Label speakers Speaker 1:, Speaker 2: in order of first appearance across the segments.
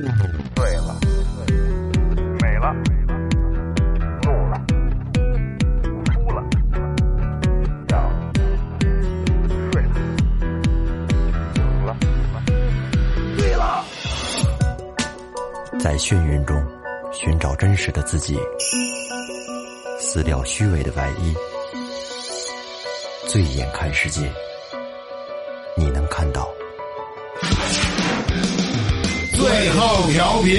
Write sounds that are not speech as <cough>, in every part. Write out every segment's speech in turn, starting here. Speaker 1: 了，美了，怒了，哭了，笑了，睡了，醒了，醉了。
Speaker 2: 在眩晕中寻找真实的自己，撕掉虚伪的外衣，醉眼看世界，你能看到。
Speaker 3: 最后调频，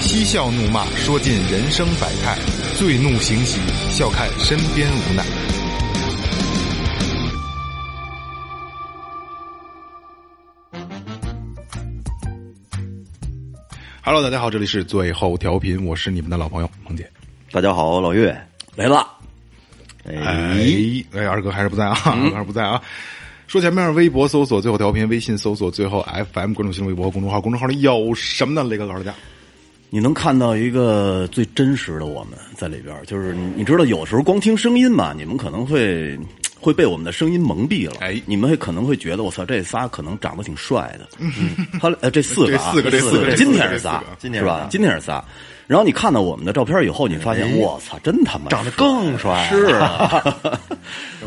Speaker 3: 嬉笑怒骂，说尽人生百态；醉怒行喜，笑看身边无奈。Hello，大家好，这里是最后调频，我是你们的老朋友萌姐。
Speaker 4: 大家好，老岳来了。哎，
Speaker 3: 哎，哎，二哥还是不在啊，二哥还是不在啊。说前面，微博搜索最后调频，微信搜索最后 FM，关注新浪微博和公众号。公众号里有什么呢？雷哥告诉大家。
Speaker 4: 你能看到一个最真实的我们在里边儿，就是你你知道，有时候光听声音吧，你们可能会会被我们的声音蒙蔽了。
Speaker 3: 哎
Speaker 4: 你们会可能会觉得，我操，这仨可能长得挺帅的。嗯，他呃，这四个啊，
Speaker 3: 这四个这
Speaker 4: 这
Speaker 3: 四个这
Speaker 4: 今
Speaker 3: 四
Speaker 4: 天
Speaker 3: 个
Speaker 4: 是
Speaker 3: 这四
Speaker 4: 仨
Speaker 3: 个，
Speaker 5: 今天
Speaker 4: 是
Speaker 5: 是
Speaker 4: 吧
Speaker 5: 仨？
Speaker 4: 今天是仨。然后你看到我们的照片以后，你发现，我操，真他妈
Speaker 5: 长得
Speaker 4: 帅啊
Speaker 5: 更帅
Speaker 4: 是啊，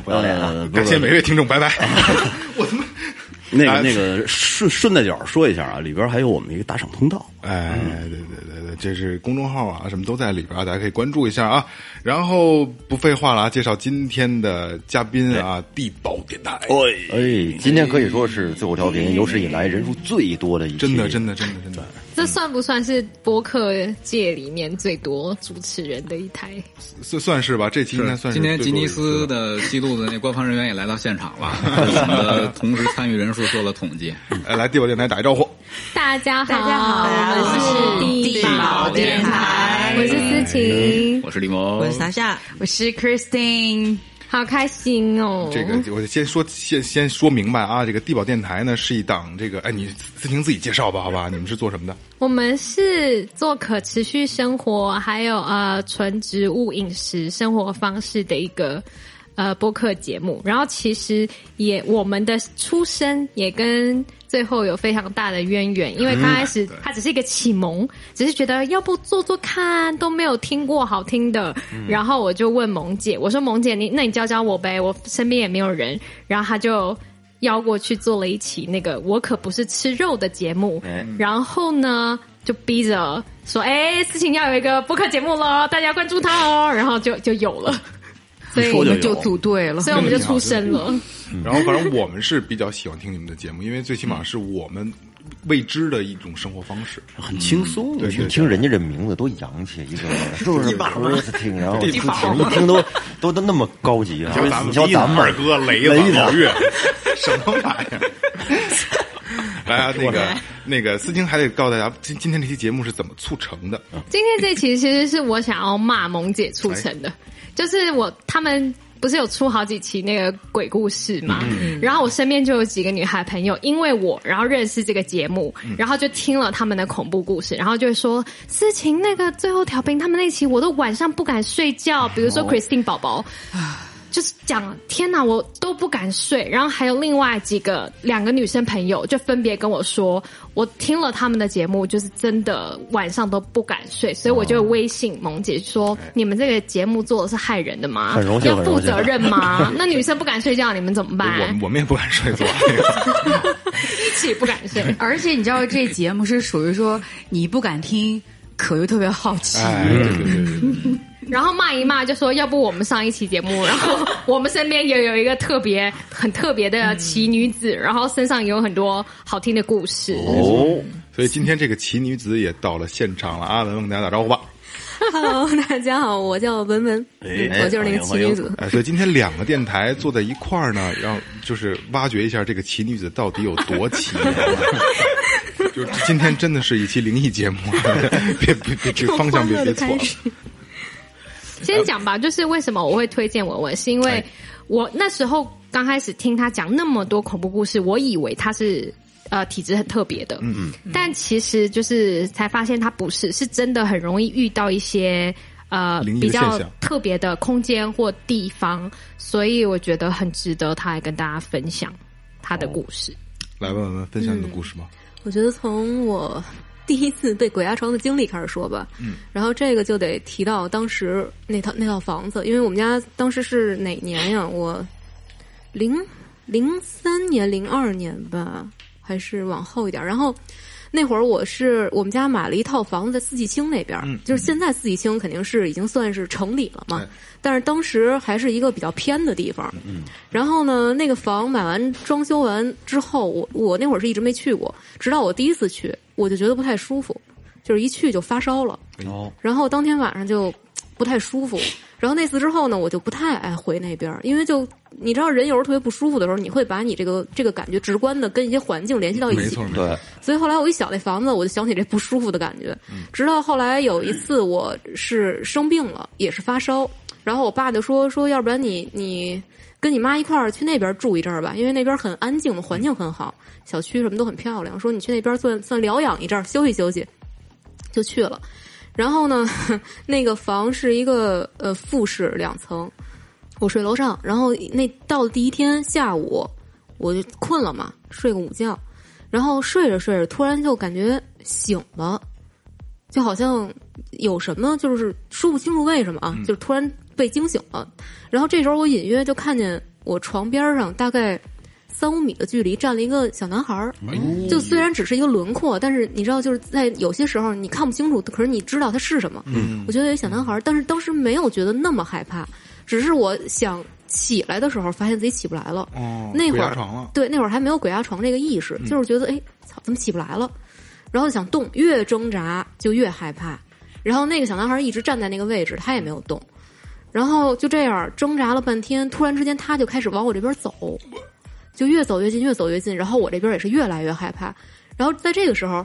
Speaker 5: 不要脸啊
Speaker 4: 呃不
Speaker 3: 感
Speaker 4: 是
Speaker 3: 谢每位听众，拜拜。我他妈，
Speaker 4: 那
Speaker 3: 哎
Speaker 4: 个那个顺顺带脚说一下啊，里边还有我们一个打赏通道。
Speaker 3: 哎，对对对对，这是公众号啊，什么都在里边啊，大家可以关注一下啊。然后不废话了啊，介绍今天的嘉宾啊，地宝电台，
Speaker 4: 哎，
Speaker 5: 哎，今天可以说是最后调频有史以来人数最多的一期，
Speaker 3: 真的
Speaker 5: 的。
Speaker 3: 真的真的真的，
Speaker 6: 这算不算是播客界里面最多主持人的一台？
Speaker 3: 算算是吧，这期应该算是
Speaker 7: 嗯今天
Speaker 3: 最
Speaker 7: 吉
Speaker 3: 多
Speaker 7: 尼
Speaker 3: 的
Speaker 7: 斯的记录的那官方人员也来到现场 <laughs> 了，对我们的同时参与人数做了统计。
Speaker 3: 一次了，哎，来地宝电台打一招呼。
Speaker 6: 大家好，
Speaker 8: 大家好
Speaker 6: 我是
Speaker 8: 我是
Speaker 6: 地
Speaker 8: 地
Speaker 6: 宝
Speaker 8: 宝
Speaker 6: 电
Speaker 8: 电
Speaker 6: 台
Speaker 8: 台，
Speaker 6: 我是思晴，
Speaker 7: 我是李萌，
Speaker 8: 我是撒夏，我是 Christine。
Speaker 6: 好开心哦！
Speaker 3: 这个我先说先先说明白啊，这个地宝电台呢是一档这个，哎，你思婷自己介绍吧，好吧？你们是做什么的？
Speaker 6: 我们是做可持续生活，还有呃纯植物饮食生活方式的一个呃播客节目。然后其实也我们的出身也跟最后有非常大的渊源，因为刚开始它只是一个启蒙，只是觉得要不做做看，都没有听过好听的。然后我就问萌姐，我说萌姐你那你教教我呗，我身边也没有人。然后她就。邀过去做了一期那个我可不是吃肉的节目，
Speaker 5: 哎
Speaker 6: 然后呢就逼着说，哎，事情要有一个播客节目喽，大家关注他哦，然后就就有了，
Speaker 8: 所以
Speaker 4: 说
Speaker 8: 我
Speaker 4: 就有
Speaker 8: 们就组队了
Speaker 6: 所以。我们就出生了。
Speaker 3: 然后反正我们是比较喜欢听你们的节目，因为最起码是我们未知的一种生活方 <laughs> 式。
Speaker 4: 很轻松，
Speaker 5: 嗯对，你听人家这名字多洋气， <laughs> 一个是不是 Christine，然后
Speaker 3: 地
Speaker 5: 听一听都都都那么高级啊！
Speaker 3: 瞧咱
Speaker 5: 你
Speaker 3: 们
Speaker 5: 瞧咱们
Speaker 3: 二哥雷
Speaker 5: 雷
Speaker 3: 子
Speaker 5: 子
Speaker 3: 老岳， <laughs> 什么玩意 <laughs> 儿？来啊，那个那个，思晴还得告诉大家，今今天这期节目是怎么促成的？
Speaker 6: 今天这期其实是我想要骂萌姐促成的，就是我他们不是有出好几期那个鬼故事嘛，然后我身边就有几个女孩朋友，因为我然后认识这个节目，然后就听了他们的恐怖故事，然后就说思晴那个最后调频他们那期，我都晚上不敢睡觉，比如说 Christine 宝宝。就是讲天哪，我都不敢睡。然后还有另外几个两个女生朋友，就分别跟我说，我听了他们的节目，就是真的晚上都不敢睡。所以我就微信萌姐说：“你们这个节目做的是害人的吗？
Speaker 5: 嗯很荣幸
Speaker 6: 要
Speaker 5: 很
Speaker 6: 负
Speaker 5: 荣幸
Speaker 6: 责
Speaker 5: <laughs>
Speaker 6: 任吗？那女生不敢睡觉，你们怎么办？
Speaker 3: 我们我们也不敢睡做这 <laughs> 个，
Speaker 6: 一起不敢睡。
Speaker 8: 而且你知道，这节目是属于说你不敢听，可又特别好奇。
Speaker 3: 哎，对对对对对，
Speaker 6: 然后骂一骂，就说要不我们上一期节目，然后我们身边也有一个特别很特别的奇女子，然后身上也有很多好听的故事。
Speaker 5: 哦，
Speaker 3: 所以今天这个奇女子也到了现场了啊！咱们跟大家打招呼吧。
Speaker 9: Hello，大家好，我叫文文，嗯
Speaker 4: 哎
Speaker 9: 我就是那个奇女子。
Speaker 3: 哎，所以今天两个电台坐在一块儿呢，让就是挖掘一下这个奇女子到底有多奇。啊 <laughs> 就是今天真的是一期灵异节目，啊别别别，这个方向别别错啊了。
Speaker 6: 先讲吧，就是为什么我会推荐文文，是因为我那时候刚开始听他讲那么多恐怖故事，我以为他是呃体质很特别的，嗯嗯，但其实就是才发现他不是，是真的很容易遇到一些呃
Speaker 3: 灵异的
Speaker 6: 比较
Speaker 3: 现象
Speaker 6: 特别的空间或地方，所以我觉得很值得他来跟大家分享他的故事。
Speaker 3: 来吧，我们分享你的故事吧。
Speaker 9: 我觉得从我第一次被鬼压床的经历开始说吧。嗯，然后这个就得提到当时那套那套房子，因为我们家当时是哪年呀？我零零三年、零二年吧，还是往后一点。然后那会儿我是我们家买了一套房子在四季青那边儿，就是现在四季青肯定是已经算是城里了嘛，
Speaker 3: 对
Speaker 9: 但是当时还是一个比较偏的地方。嗯，然后呢，那个房买完装修完之后，我我那会儿是一直没去过，直到我第一次去，我就觉得不太舒服，就是一去就发烧了。
Speaker 3: 哎
Speaker 5: 哦，
Speaker 9: 然后当天晚上就不太舒服。然后那次之后呢，我就不太爱回那边儿，因为就你知道，人有时候特别不舒服的时候，你会把你这个这个感觉直观的跟一些环境联系到一起。
Speaker 3: 没错，没
Speaker 5: 对
Speaker 3: 错，，
Speaker 9: 所以后来我一想那房子，我就想起这不舒服的感觉。直到后来有一次我是生病了，也是发烧，然后我爸就说说，要不然你你跟你妈一块儿去那边住一阵儿吧，因为那边很安静的环境很好，小区什么都很漂亮。说你去那边算算疗养一阵儿，休息休息，就去了。然后呢， <laughs> 那个房是一个呃复式两层，我睡楼上。然后那到第一天下午，我就困了嘛，睡个午觉。然后睡着睡着，突然就感觉醒了，就好像有什么，就是说不清楚为什么啊，就是突然被惊醒了。然后这时候我隐约就看见我床边上大概三五米的距离站了一个小男孩儿，
Speaker 3: 嗯哎
Speaker 9: 就虽然只是一个轮廓，但是你知道，就是在有些时候你看不清楚，可是你知道他是什么。嗯，我觉得有一小男孩儿，但是当时没有觉得那么害怕，只是我想起来的时候，发现自己起不来了。
Speaker 3: 哦，
Speaker 9: 那
Speaker 3: 鬼
Speaker 9: 会
Speaker 3: 压
Speaker 9: 儿
Speaker 3: 床了，嗯
Speaker 9: 对，那会儿还没有鬼压床这个意识，就是觉得哎，操，怎么起不来了？然后就想动，越挣扎就越害怕。然后那个小男孩一直站在那个位置，他也没有动。然后就这样挣扎了半天，突然之间他就开始往我这边走，就越走越近，越走越近。然后我这边也是越来越害怕。然后在这个时候，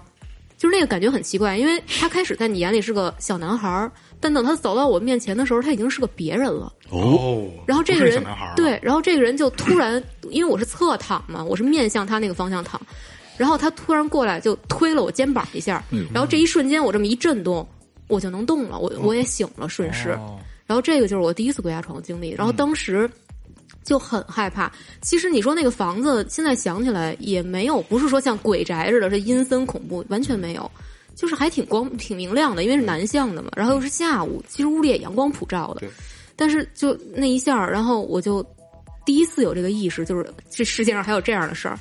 Speaker 9: 就是那个感觉很奇怪，因为他开始在你眼里是个小男孩儿，但等他走到我面前的时候，他已经是个别人了。
Speaker 3: 哦，
Speaker 9: 然后这个
Speaker 3: 不是
Speaker 9: 人
Speaker 3: 小男孩儿啊
Speaker 9: 对，然后这个人就突然，因为我是侧躺嘛，我是面向他那个方向躺，然后他突然过来就推了我肩膀一下，
Speaker 3: 哎
Speaker 9: 然后这一瞬间我这么一震动，我就能动了，我我也醒了，顺势。
Speaker 3: 哦
Speaker 9: 然后这个就是我第一次鬼压床的经历，
Speaker 3: 嗯
Speaker 9: 然后当时就很害怕。其实你说那个房子，现在想起来也没有，不是说像鬼宅似的，是阴森恐怖，完全没有。就是还挺光挺明亮的，因为是南向的嘛，然后又是下午，其实屋里也阳光普照的
Speaker 3: 嗯对，
Speaker 9: 但是就那一下儿，然后我就第一次有这个意识，就是这世界上还有这样的
Speaker 3: <laughs>
Speaker 9: 事儿，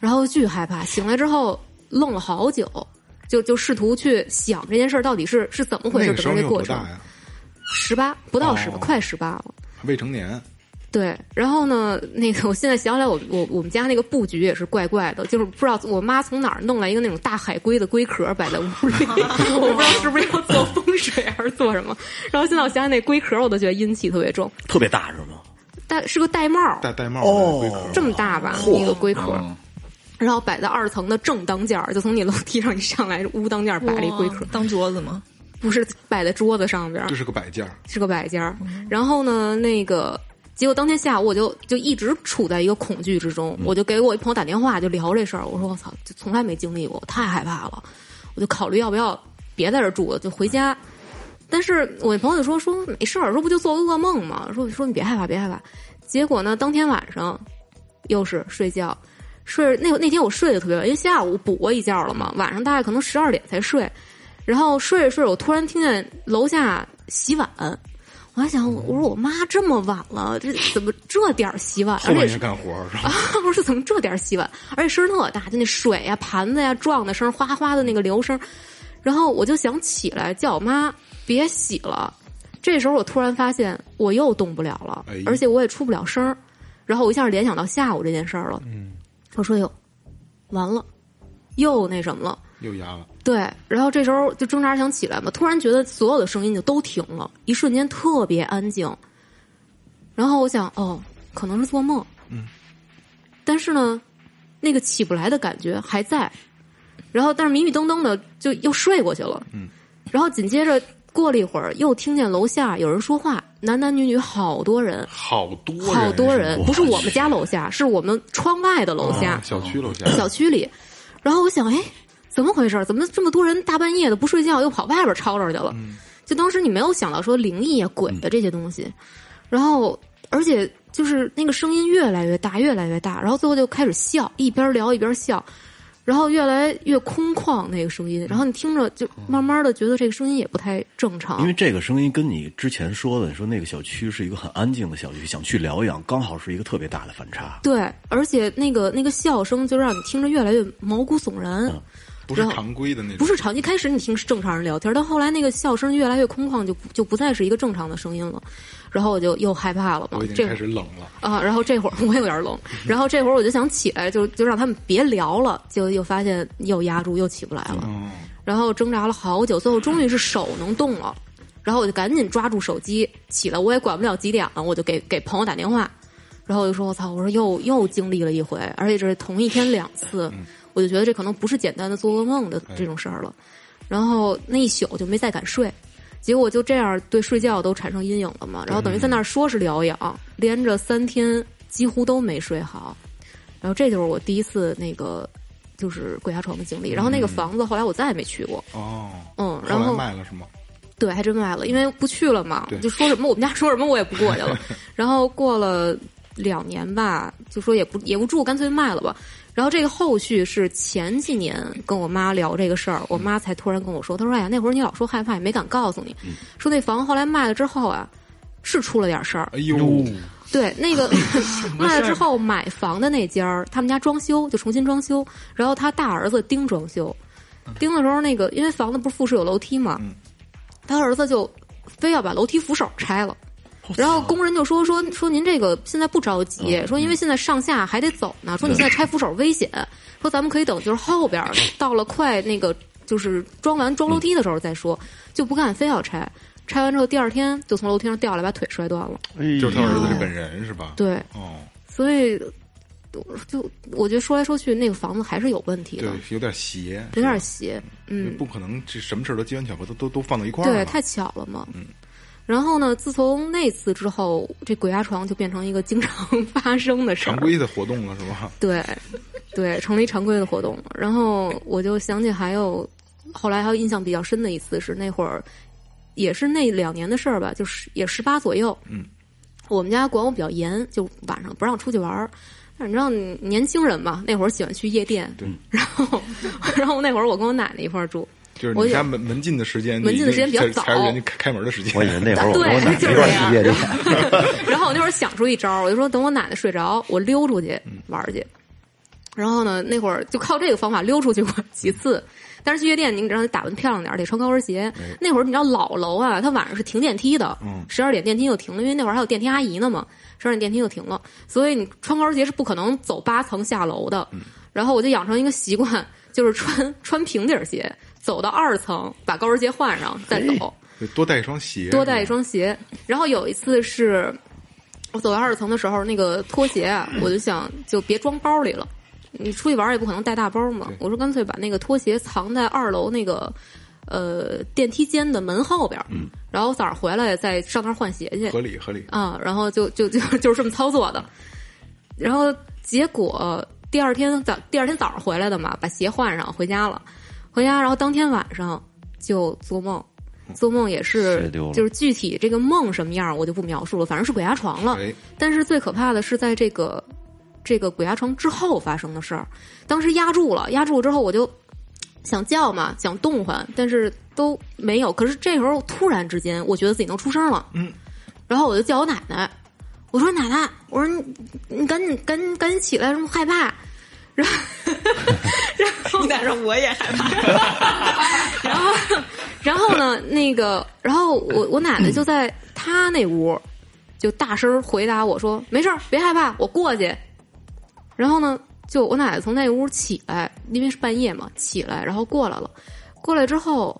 Speaker 9: 然后巨害怕。醒来之后愣了好久，就就试图去想这件事儿到底是是怎么回
Speaker 3: 那
Speaker 9: 事，
Speaker 3: 个时
Speaker 9: 整
Speaker 3: 候你
Speaker 9: 个
Speaker 3: 有
Speaker 9: 这过
Speaker 3: 多
Speaker 9: 程。
Speaker 3: 大呀？
Speaker 9: 十八不到十八、
Speaker 3: 哦
Speaker 9: 快十八了。
Speaker 3: 未成年，
Speaker 9: 对，然后呢， <laughs> 那个我现在想起来我，我我们家那个布局也是怪怪的，就是不知道我妈从哪儿弄来一个那种大海龟的龟壳摆在屋里， <laughs> 我不知道是不是要做风水还是做什么。然后现在我想想那龟壳，我都觉得阴气特别重，
Speaker 4: 特别大是吗？
Speaker 9: 但是个玳瑁，
Speaker 3: 戴戴帽嗯
Speaker 4: 哦
Speaker 3: 的龟壳
Speaker 9: 这么大吧，一个龟壳，
Speaker 7: 哦
Speaker 9: 然后摆在二层的正当间儿，就从你楼梯上一上来，屋当间儿摆了一龟壳，
Speaker 10: 当桌子吗？
Speaker 9: 不是摆在桌子上边儿
Speaker 3: 这，是个摆件儿，
Speaker 9: 是个摆件儿。然后呢，那个结果当天下午我就就一直处在一个恐惧之中，我就给我一朋友打电话就聊这事儿，我说我操，就从来没经历过，太害怕了，我就考虑要不要别在这儿住了，就回家。但是我那朋友就说说没事儿，说不就做噩梦嘛，说说你别害怕，别害怕。结果呢，当天晚上又是睡觉，睡那那天我睡得特别晚，因为下午补过一觉了嘛，晚上大概可能十二点才睡。然后睡着睡着，我突然听见楼下洗碗，我还想我我说我妈这么晚了，这怎么这点儿洗碗？
Speaker 3: 后
Speaker 9: 而
Speaker 3: 半
Speaker 9: 且
Speaker 3: 夜
Speaker 9: 是
Speaker 3: 干活儿是吧？
Speaker 9: 啊！我说怎么这点儿洗碗，而且声儿特大，就那水呀、盘子呀、撞的声儿，哗哗的那个流声儿。然后我就想起来叫我妈别洗了。这时候我突然发现我又动不了了，
Speaker 3: 哎
Speaker 9: 而且我也出不了声儿。然后我一下联想到下午这件事儿了，我说哟，完了，又那什么了。
Speaker 3: 又压了，
Speaker 9: 对，然后这时候就挣扎想起来嘛，突然觉得所有的声音就都停了，一瞬间特别安静。然后我想，哦，可能是做梦。嗯。但是呢，那个起不来的感觉还在，然后但是迷迷瞪瞪的就又睡过去了。嗯。然后紧接着过了一会儿，又听见楼下有人说话，男男女女好多人，
Speaker 3: 好多人，
Speaker 9: 好多
Speaker 3: 是
Speaker 9: 人，不是我们家楼下，是我们窗外的楼
Speaker 3: 吧
Speaker 9: 下。
Speaker 3: 啊小区楼下，
Speaker 9: 小区里。然后我想，哎，怎么回事儿？怎么这么多人大半夜的不睡觉，又跑外边吵吵去了？
Speaker 4: 嗯
Speaker 9: 就当时你没有想到说灵异啊、鬼啊这些东西，然后而且就是那个声音越来越大，越来越大，然后最后就开始笑，一边聊一边笑。然后越来越空旷那个声
Speaker 4: 嗯
Speaker 9: 音，然后你听着就慢慢的觉得这个声音也不太正常
Speaker 4: 哦因为。这个声音跟你之前说的，你说那个小区是一个很安静的小区，想去疗养，刚好是一个特别大的反差。
Speaker 9: 对，而且那个那个笑声就让你听着越来越毛骨悚然。
Speaker 4: 嗯
Speaker 3: 不是
Speaker 9: 然后
Speaker 3: 常规的那种，
Speaker 9: 不是吵，一开始你听是正常人聊天，到后来那个笑声越来越空旷，就不就不再是一个正常的声音了。然后我就又害怕了嘛
Speaker 3: 我已，
Speaker 9: 这
Speaker 3: 经开
Speaker 9: 会儿
Speaker 3: 始冷了。
Speaker 9: 啊，然后这会儿我有点
Speaker 3: <laughs>
Speaker 9: 冷，然后这会儿我就想起哎来，就就让他们别聊了，就又发现又压住，又起不来了，
Speaker 5: 哦
Speaker 9: 然后挣扎了好久，最后终于是手能动了，然后我就赶紧抓住手机起来，我也管不了几点了，我就给给朋友打电话，然后我就说我操，我说又又经历了一回，而且这是同一天两次，我就觉得这可能不是简单的做噩梦的这种事儿了，然后那一宿就没再敢睡。结果就这样对睡觉都产生阴影了嘛。然后等于在那儿说是疗养，连着三天几乎都没睡好。然后这就是我第一次那个就是鬼压床的经历。然后那个房子后来我再也没去过，
Speaker 3: 哦，
Speaker 9: 嗯，
Speaker 3: 嗯
Speaker 9: 然
Speaker 3: 后来
Speaker 9: 后
Speaker 3: 卖了是吗？
Speaker 9: 对还真卖了，因为不去了嘛
Speaker 3: 对，
Speaker 9: 就说什么我们家说什么我也不过去
Speaker 3: <laughs>
Speaker 9: 了。然后过了两年吧，就说也不也不住，干脆卖了吧。然后这个后续是前几年跟我妈聊这个事
Speaker 3: 嗯
Speaker 9: 儿，我妈才突然跟我说，她说：“哎呀，那会儿你老说害怕，也没敢告诉你，
Speaker 3: 嗯
Speaker 9: 说那房后来卖了之后啊，是出了点事儿。
Speaker 3: 哎呦，
Speaker 9: 对，那个卖了之后买房的那家儿，他们家装修就重新装修，然后他大儿子盯装修，盯的时候那个因为房子不是复式有楼梯嘛，他儿子就非要把楼梯扶手拆了。然后工人就说说说您这个现在不着急，说因为现在上下还得走呢，说你现在拆扶手危险，说咱们可以等就是后边儿到了快那个就是装完装楼梯的时候再说，就不干非要拆，拆完之后第二天就从楼梯上掉下来把腿摔断了，
Speaker 3: 就是他
Speaker 5: 哎
Speaker 3: 儿子是本人是吧？，
Speaker 9: 对。
Speaker 3: 哦，
Speaker 9: 所以，我就我觉得说来说去，那个房子还是有问题
Speaker 3: 对
Speaker 9: 的，，
Speaker 3: 有点邪，
Speaker 9: 有点邪，嗯，
Speaker 3: 不可能，这什么事儿都机缘巧合，都都都放到一块儿
Speaker 9: 对，
Speaker 3: 了。
Speaker 9: 太巧了嘛。嗯。然后呢，自从那次之后，这鬼压床就变成一个经常 <laughs> 发生的事儿
Speaker 3: 常。规的活动了是吧？
Speaker 9: 对，对，成了一常规的活动。然后我就想起还有，后来还有印象比较深的一次是那会儿，也是那两年的事儿吧，就是也十八左右。嗯，我们家管我比较严，就晚上不让出去玩儿。但是你知道你年轻人嘛，那会儿喜欢去夜店，对。然后， <laughs> 然后那会儿我跟我奶奶一块儿住，
Speaker 3: 就是
Speaker 9: 我
Speaker 3: 你
Speaker 9: 有
Speaker 3: 家门门禁的时间，
Speaker 9: 门禁的时间比较
Speaker 3: 你已经才才
Speaker 9: 早
Speaker 3: 是人家开开门的时间。
Speaker 5: 我以为那会儿我跟我奶
Speaker 9: 对，
Speaker 5: 奶
Speaker 9: 就
Speaker 5: 一块
Speaker 9: 是这
Speaker 5: 儿去夜店，
Speaker 9: 样。然后我那会儿想出一招儿，我就说等我奶奶睡着，我溜出去玩儿去。然后呢，那会儿就靠这个方法溜出去过几次。但是去夜店，你让她打扮漂亮点儿，得穿高跟鞋。那会儿你知道老楼啊，它晚上是停电梯的，十二点电梯就停了，因为那会儿还有电梯阿姨呢嘛，十二点电梯就停了，所以你穿高跟鞋是不可能走八层下楼的。然后我就养成一个习惯，就是穿穿平底儿鞋，走到二层把高跟鞋换上再走。
Speaker 3: 对多带一双鞋，
Speaker 9: 多带一双鞋。然后有一次是我走到二层的时候，那个拖鞋啊，我就想就别装包里了，你出去玩也不可能带大包嘛。我说干脆把那个拖鞋藏在二楼那个呃电梯间的门后边儿，然后早上回来再上那儿换鞋去
Speaker 3: 合理合理。
Speaker 9: 啊。然后就就就 <laughs> 就是这么操作的。然后结果第二天早第二天早上回来的嘛，把鞋换上回家了，回家然后当天晚上就做梦，做梦也
Speaker 5: 鞋
Speaker 9: 是
Speaker 5: 丢了
Speaker 9: 就是具体这个梦什么样我就不描述了，反正是鬼压床了。
Speaker 3: 哎，
Speaker 9: 但是最可怕的是在这个这个鬼压床之后发生的事儿，当时压住了，压住了之后我就想叫嘛，想动换，但是都没有。可是这时候突然之间，我觉得自己能出声了，嗯，然后我就叫我奶奶，我说奶奶，我说你你赶紧赶紧赶紧起来，什么害怕。然后， <laughs> 然后 <laughs>
Speaker 10: 但是我也害怕，
Speaker 9: 然后，然后呢？那个，然后我我奶奶就在她那屋，就大声回答我说：“没事儿，别害怕，我过去。”然后呢，就我奶奶从那屋起来，因为是半夜嘛，起来然后过来了。过来之后，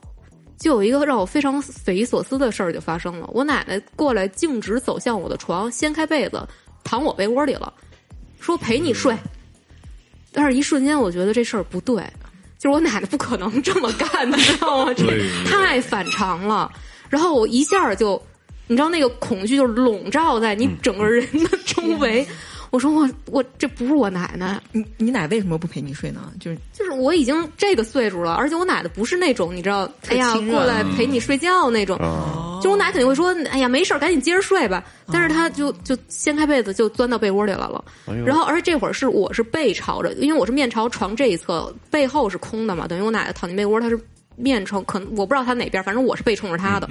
Speaker 9: 就有一个让我非常匪夷所思的事儿就发生了。我奶奶过来，径直走向我的床，掀开被子，躺我被窝里了，说陪你睡。但是，一瞬间我觉得这事儿不对，就是我奶奶不可能这么干，你知道吗？这太反常了。然后我一下就，你知道那个恐惧就笼罩在你整个人的周围。我说我我这不是我奶奶，
Speaker 10: 你你奶为什么不陪你睡呢？就是
Speaker 9: 就是我已经这个岁数了，而且我奶奶不是那种你知道，哎呀
Speaker 10: 亲人
Speaker 9: 过来陪你睡觉那种，
Speaker 5: 嗯
Speaker 9: 就我奶肯定会说：“哎呀，没事儿，赶紧接着睡吧。”但是她就就掀开被子就钻到被窝里来了。
Speaker 5: 哎呦
Speaker 9: 然后，而且这会儿是我是背朝着，因为我是面朝床这一侧，背后是空的嘛，等于我奶奶躺进被窝，她是面朝，可能我不知道她哪边，反正我是背冲着她的。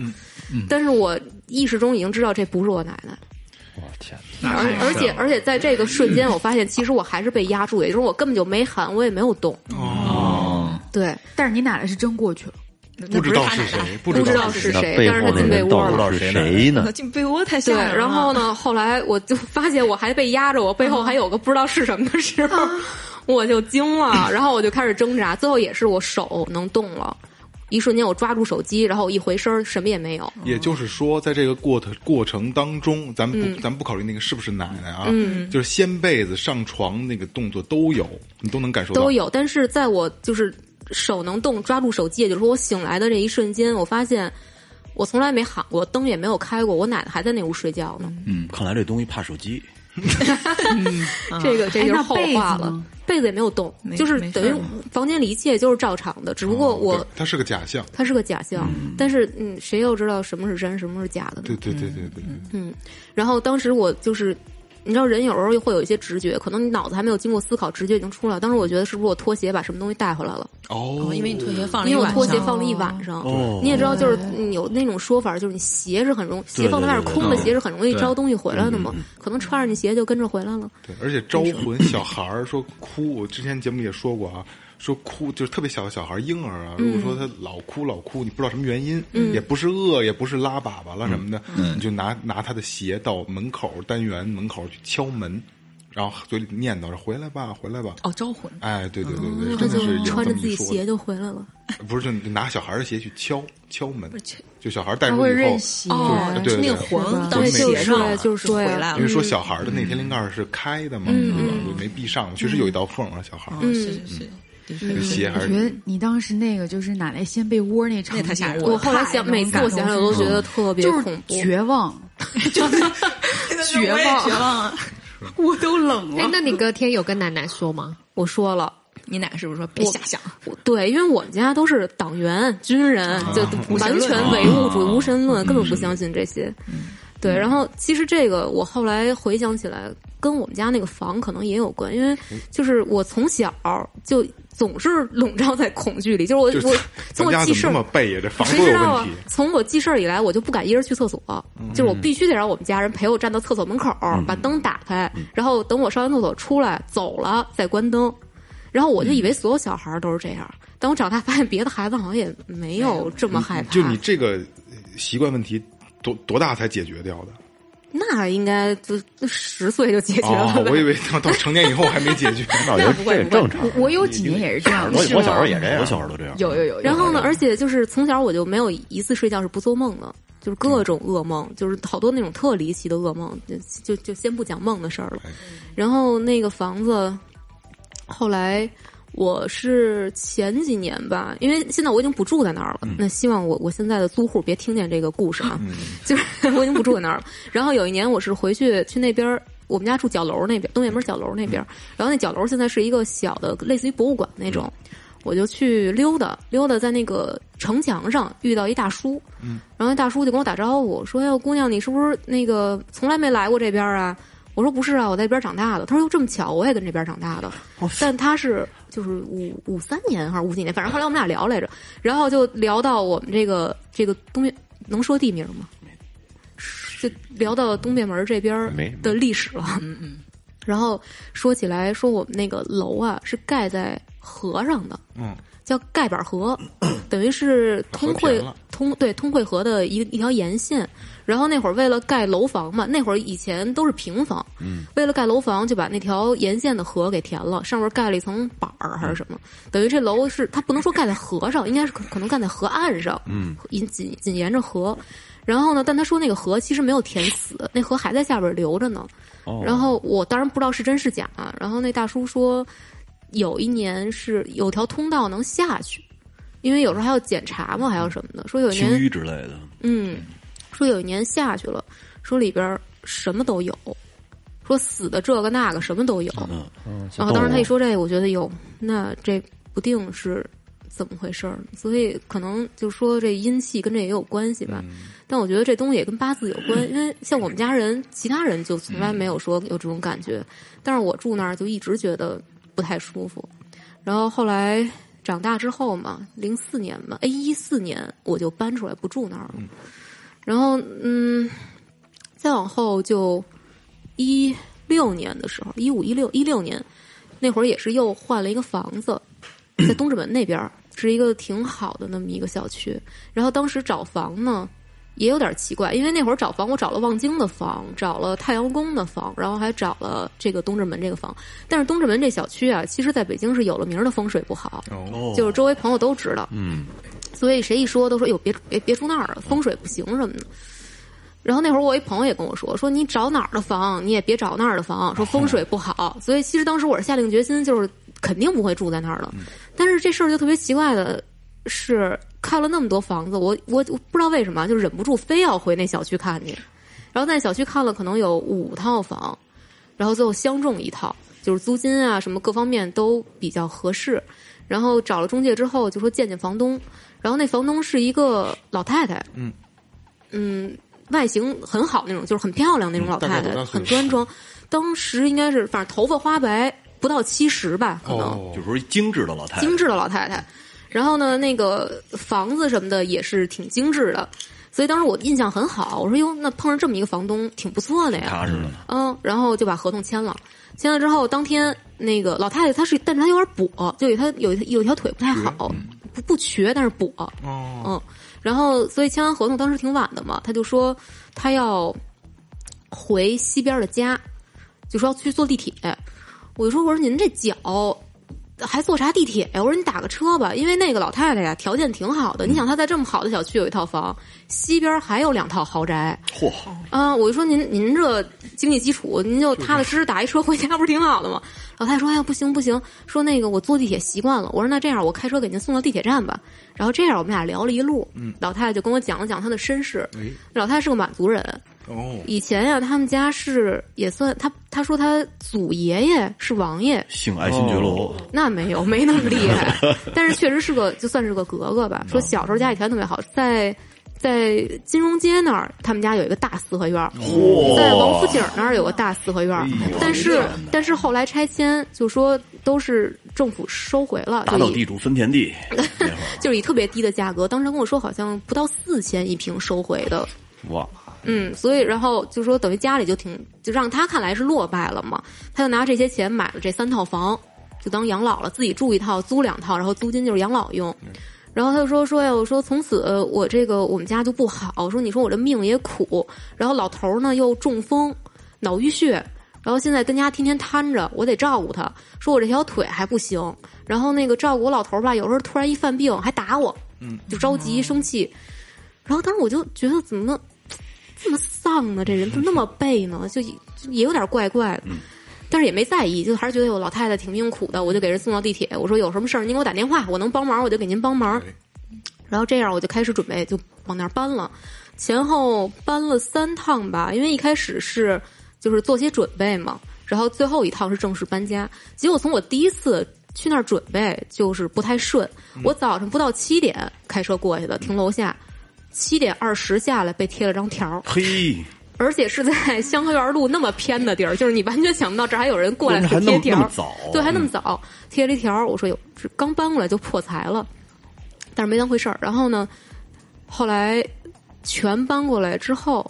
Speaker 9: 但是我意识中已经知道这不是我奶奶。
Speaker 5: 我天，
Speaker 9: 而而且而且在这个瞬间，我发现其实我还是被压住，也就是我根本就没喊，我也没有动。
Speaker 7: 哦，
Speaker 9: 对，
Speaker 8: 但是你奶奶是真过去了，那
Speaker 3: 不知道
Speaker 8: 那不
Speaker 3: 是
Speaker 8: 是他奶
Speaker 3: 谁
Speaker 8: 奶，
Speaker 3: 不知道
Speaker 9: 不知道是
Speaker 5: 那
Speaker 9: 谁
Speaker 5: 背
Speaker 9: 但是
Speaker 5: 后
Speaker 9: 他
Speaker 5: 那
Speaker 9: 进被
Speaker 5: 人到
Speaker 9: 窝了
Speaker 5: 底是谁呢？
Speaker 10: 进被窝太吓
Speaker 9: 对，
Speaker 10: 人了。
Speaker 8: 嗯
Speaker 9: 然后呢，后来我就发现我还被压着，我背后还有个不知道是什么的时候， <laughs> 我就惊了，然后我就开始挣扎，最后也是我手能动了。一瞬间，我抓住手机，然后我一回身，什么也没有。
Speaker 3: 也就是说，在这个过程过程当中，咱们不、
Speaker 9: 嗯
Speaker 3: 咱们不考虑那个是不是奶奶啊，就是掀被子、上床那个动作都有，你都能感受到。
Speaker 9: 都有，但是在我就是手能动抓住手机，也就是说我醒来的这一瞬间，我发现我从来没喊过，灯也没有开过，我奶奶还在那屋睡觉呢。
Speaker 4: 看来这东西怕手机，
Speaker 9: 这个这就是
Speaker 8: 那
Speaker 9: 后
Speaker 8: 被子
Speaker 9: 话了
Speaker 8: 呢，
Speaker 9: 被子也没有动，
Speaker 10: 没
Speaker 9: 就是
Speaker 10: 没事
Speaker 9: 等于
Speaker 10: 儿吗
Speaker 9: 房间里一切就是照常的，只不过我、
Speaker 3: 哦对它是个假象。
Speaker 9: 它是个假象，但是嗯，谁又知道什么是真，什么是假的
Speaker 3: 对
Speaker 9: 呢？
Speaker 3: 对对对对对，
Speaker 9: 嗯然后当时我就是。你知道人有时候会有一些直觉，可能你脑子还没有经过思考，直觉已经出来了。当时我觉得是不是我拖鞋把什么东西带回来了？
Speaker 3: 哦，
Speaker 10: 因为你拖鞋
Speaker 8: 啊
Speaker 10: 放了一
Speaker 9: 因为我
Speaker 10: 晚
Speaker 9: 拖鞋
Speaker 10: 上
Speaker 9: 放了一晚上。
Speaker 4: 哦
Speaker 9: 你也知道，就是嗯有那种说法，就是你鞋是很容
Speaker 4: 对
Speaker 9: 鞋放在外面
Speaker 4: 对对
Speaker 9: 空的
Speaker 7: 对
Speaker 9: 鞋是很容易
Speaker 7: 对
Speaker 9: 招东西回来的嘛，可能穿上你鞋就跟着回来了。
Speaker 3: 对，而且招魂小孩儿说哭，我之前节目里也说过啊，说哭就是特别小的小孩儿婴儿啊，如果说他老哭老哭，你不知道什么原因，也不是饿，也不是拉粑粑了什么的，你就拿拿他的鞋到门口单元门口去敲门，然后嘴里念叨着回来吧，回来吧。
Speaker 10: 哦，招魂。
Speaker 3: 哎，对对对对，
Speaker 9: 哦他
Speaker 3: 真的
Speaker 9: 就是
Speaker 3: 有
Speaker 9: 穿
Speaker 3: 这
Speaker 9: 着
Speaker 3: 么
Speaker 9: 自
Speaker 3: 一
Speaker 9: 己
Speaker 3: 说
Speaker 9: 鞋
Speaker 3: 的，
Speaker 9: 就回来了。
Speaker 3: 不是就拿小孩儿的鞋去敲敲门，
Speaker 10: 是
Speaker 3: 就小孩儿带
Speaker 8: 他
Speaker 3: 出
Speaker 8: 会
Speaker 3: 去以后
Speaker 8: 认，
Speaker 9: 嗯
Speaker 8: 鞋，
Speaker 10: 哦
Speaker 3: 对对
Speaker 10: 那个
Speaker 3: 对
Speaker 10: 魂到
Speaker 3: 对
Speaker 10: 鞋上
Speaker 9: 就是
Speaker 10: 了，
Speaker 9: 就是
Speaker 10: 回
Speaker 9: 说呀
Speaker 10: 来了
Speaker 3: 因为。说小孩儿的那天灵盖儿是开的嘛，
Speaker 9: 嗯
Speaker 3: 对吧？就没闭上，确实有一道缝啊，小孩儿
Speaker 10: 哦，是是是，的确
Speaker 3: 这个鞋还
Speaker 8: 我
Speaker 3: 是
Speaker 8: 觉得你当时那个就是奶奶掀被窝那场
Speaker 10: 那太吓
Speaker 8: 景，
Speaker 10: 人了
Speaker 9: 嗯我后来
Speaker 8: 太
Speaker 9: 想，
Speaker 8: 能
Speaker 9: 每次
Speaker 8: 感
Speaker 9: 我
Speaker 8: 同
Speaker 9: 想想
Speaker 8: 身
Speaker 9: 都
Speaker 8: 受
Speaker 9: 觉得特别
Speaker 8: 就
Speaker 9: 恐
Speaker 8: 是
Speaker 9: 怖。
Speaker 8: 绝望，就是绝
Speaker 10: 我也
Speaker 8: 望，
Speaker 10: 绝望啊！
Speaker 8: <laughs> 我都冷
Speaker 6: 哎
Speaker 8: 了，。
Speaker 6: 那你隔天有跟奶奶说吗？
Speaker 9: 我说了，
Speaker 10: 你奶是不是说别
Speaker 9: 我
Speaker 10: 瞎想？
Speaker 9: 我对，因为我们家都是党员、军人，就完全唯物主义、无神论，根本不相信这些。对，然后其实这个我后来回想起来，跟我们家那个房可能也有关，因为就是我从小就总是笼罩在恐惧里，就是
Speaker 3: 就
Speaker 9: 我我
Speaker 3: 是咱
Speaker 9: 从
Speaker 3: 们
Speaker 9: 我
Speaker 3: 家
Speaker 9: 记
Speaker 3: 怎么
Speaker 9: 事
Speaker 3: 这
Speaker 9: 儿
Speaker 3: 么背呀？这房
Speaker 9: 谁
Speaker 3: 都有
Speaker 9: 知道
Speaker 3: 问
Speaker 9: 啊
Speaker 3: 题。？嗯
Speaker 9: 从我记事儿以来，我就不敢一人去厕所，就是我必须得让我们家人陪我站到厕所门口，把灯打开，
Speaker 3: 嗯
Speaker 9: 然后等我上完厕所出来走了再关灯。然后我就以
Speaker 3: 嗯
Speaker 9: 为所有小孩儿都是这样，但我长大发现别的孩子好像也没有这么害怕。
Speaker 3: 嗯就你这个习惯问题多多大才解决掉的？
Speaker 9: 那应该就十岁就解决了
Speaker 3: 哦
Speaker 9: 吧？，
Speaker 3: 我以为到到成年以后还没
Speaker 9: <laughs>
Speaker 3: 解决。
Speaker 5: 那我觉得这
Speaker 4: 哎
Speaker 5: 也正常。
Speaker 8: 我我有几年也是这样的，
Speaker 5: 我
Speaker 8: 是
Speaker 5: 我
Speaker 8: 吗
Speaker 5: 小时候也这样
Speaker 4: 啊我小时候都这样。
Speaker 8: 有有有，
Speaker 9: 然后呢，而且就是从小我就没有一次睡觉是不做梦的，就是各种噩梦，就是好多那种特离奇的噩梦，就就就先不讲梦的事儿了
Speaker 3: 哎。
Speaker 9: 然后那个房子，后来我是前几年吧，因为现在我已经不住在那儿了，那希望我我现在的租户别听见这个故事啊， <laughs> 就是我已经不住在那儿了。然后有一年我是回去去那边儿。我们家住角楼那边，东院门角楼那边儿，然后那角楼现在是一个小的，类似于博物馆那种。我就去溜达溜达，在那个城墙上遇到一大叔，嗯，然后那大叔就跟我打招呼说：“哟，姑娘，你是不是那个从来没来过这边啊？”我说：“不是啊，我在这边长大的。”他说：“哟，这么巧，我也跟这边长大的。”但他是就是五五三年还是五几年，反正后来我们俩聊来着，然后就聊到我们这个这个东边能说地名吗？就聊到东便门这边
Speaker 5: 没
Speaker 9: 的历史了。嗯嗯。然后说起来，说我们那个楼啊是盖在河上的，
Speaker 3: 嗯，
Speaker 9: 叫盖板河，等于是通
Speaker 3: 把河
Speaker 9: 惠
Speaker 3: 填了
Speaker 9: 通对通惠河的一一条沿线。然后那会儿为了盖楼房嘛，那会儿以前都是平房，嗯，为了盖楼房就把那条沿线的河给填了，上面盖了一层板儿还是什么，等于这楼是它不能说盖在河上，应该是可可能盖在河岸上，嗯，紧紧紧沿着河。然后呢，但他说那个河其实没有填死，那河还在下边流着呢。
Speaker 4: 哦
Speaker 9: 然后我当然不知道是真是假、然后那大叔说，有一年是有条通道能下去，因为有时候还要检查嘛，还要什么的。说有一
Speaker 4: 青
Speaker 9: 年，
Speaker 4: 淤之类的，
Speaker 9: 嗯，说有一年下去了，说里边儿什么都有，说死的这个那个什么都有。
Speaker 4: 嗯，
Speaker 9: 然后当时他一说这个，我觉得有，那这不定是怎么回事儿，所以可能就说这阴气跟这也有关系吧。但我觉得这东西也跟八字有关，因为像我们家人，其他人就从来没有说有这种感觉，但是我住那儿就一直觉得不太舒服。然后后来长大之后嘛，零四年嘛，哎一四年我就搬出来不住那儿了。然后嗯，再往后就一六年的时候，一五一六一六年那会儿也是又换了一个房子，在东直门那边儿是一个挺好的那么一个小区。然后当时找房呢也有点奇怪，因为那会儿找房我找了望京的房，找了太阳宫的房，然后还找了这个东直门这个房。但是东直门这小区啊，其实在北京是有了名儿的风水不好，
Speaker 4: 哦
Speaker 9: 就是周围朋友都知道。
Speaker 4: 嗯，
Speaker 9: 所以谁一说都说哟别别别住那儿了，风水不行什么的。然后那会儿我一朋友也跟我说，说你找哪儿的房你也别找那儿的房，说风水不好。所以其实当时我是下定决心，就是肯定不会住在那儿了。但是这事儿就特别奇怪的是，看了那么多房子，我我我不知道为什么就忍不住非要回那小区看去。然后在小区看了可能有五套房，然后最后相中一套，就是租金啊什么各方面都比较合适。然后找了中介之后，就说见见房东，然后那房东是一个老太太，
Speaker 3: 嗯
Speaker 9: 嗯，外形很好那种，就是很漂亮那种老太
Speaker 3: 嗯大概
Speaker 9: 太，
Speaker 3: 多大岁
Speaker 9: 很
Speaker 3: 数
Speaker 9: 端庄。当时应该是反正头发花白，不到七十吧，可能、
Speaker 4: 哦，就是说精致的老太太，
Speaker 9: 精致的老太太。然后呢，那个房子什么的也是挺精致的，所以当时我印象很好。我说哟，那碰上这么一个房东，挺不错的呀。
Speaker 4: 踏实的，
Speaker 9: 嗯，然后就把合同签了。签了之后，当天那个老太太她是，但是她有点跛，就有她有有一条腿不太好，不不瘸，但是跛。
Speaker 3: 哦，
Speaker 9: 嗯，然后所以签完合同当时挺晚的嘛，她就说她要回西边的家，就说要去坐地铁。我就说我说您这脚还坐啥地铁呀？我说你打个车吧，因为那个老太太呀条件挺好的，你想她在这么好的小区有一套房，西边还有两套豪宅。
Speaker 4: 嚯，
Speaker 9: 啊，我就说您您这经济基础，您就踏踏实实打一车回家不是挺好的吗？老太太说：“哎呀，不行不行，说那个我坐地铁习惯了。”我说：“那这样，我开车给您送到地铁站吧。”然后这样我们俩聊了一路，老太太就跟我讲了讲她的身世。
Speaker 3: 嗯哎，
Speaker 9: 老太太是个满族人，
Speaker 3: 哦，
Speaker 9: 以前呀、他们家是也算她她说她祖爷爷是王爷，
Speaker 4: 性爱新觉罗，
Speaker 5: 哦
Speaker 9: 那没有，没那么厉害，
Speaker 3: <laughs>
Speaker 9: 但是确实是个，就算是个格格吧。说小时候家里条件特别好，在在金融街那儿，他们家有一个大四合院
Speaker 3: 哦
Speaker 9: 儿，在王府井那儿有个大四合院儿，
Speaker 4: 哎
Speaker 9: 但是
Speaker 4: 啊
Speaker 9: 但是后来拆迁，就说都是政府收回了，
Speaker 4: 打
Speaker 9: 就
Speaker 4: 倒
Speaker 9: 以
Speaker 4: 地主分田地，那会
Speaker 5: <laughs>
Speaker 4: 儿
Speaker 9: 就是以特别低的价格，当时跟我说好像不到四千一平收回的，
Speaker 4: 哇，
Speaker 9: 嗯，所以然后就说等于家里就挺就让他看来是落败了嘛，他就拿这些钱买了这三套房，就当养老了，自己住一套，租两套，然后租金就是养老用。然后他就说说呀，我说从此呃我这个我们家就不好，我说你说我这命也苦，然后老头儿呢又中风，脑淤血。然后现在跟家天天瘫着，我得照顾他。说我这条腿还不行，然后那个照顾我老头儿吧，有时候突然一犯病还打我，嗯，就着急生气。然后当时我就觉得怎么这么丧呢？这人怎么那么背呢？就就也有点怪怪的，但是也没在意，就还是觉得有老太太挺命苦的，我就给人送到地铁。我说有什么事儿您给我打电话，我能帮忙我就给您帮忙。然后这样我就开始准备就往那儿搬了，前后搬了三趟吧，因为一开始是就是做些准备嘛，然后最后一趟是正式搬家。结果从我第一次去那儿准备就是不太顺，我早上不到七点开车过去的，停楼下，七点二十下来被贴了张条儿，
Speaker 4: 嘿，
Speaker 9: 而且是在香河园路那么偏的地儿，就是你完全想不到这儿还有人过来
Speaker 4: 还
Speaker 9: 给
Speaker 4: 那
Speaker 9: 贴
Speaker 4: 么那
Speaker 9: 条
Speaker 4: 么
Speaker 9: 儿，
Speaker 4: 早，嗯
Speaker 9: 对，还那么早贴了一条儿，我说有这刚搬过来就破财了，但是没当回事儿。然后呢，后来全搬过来之后，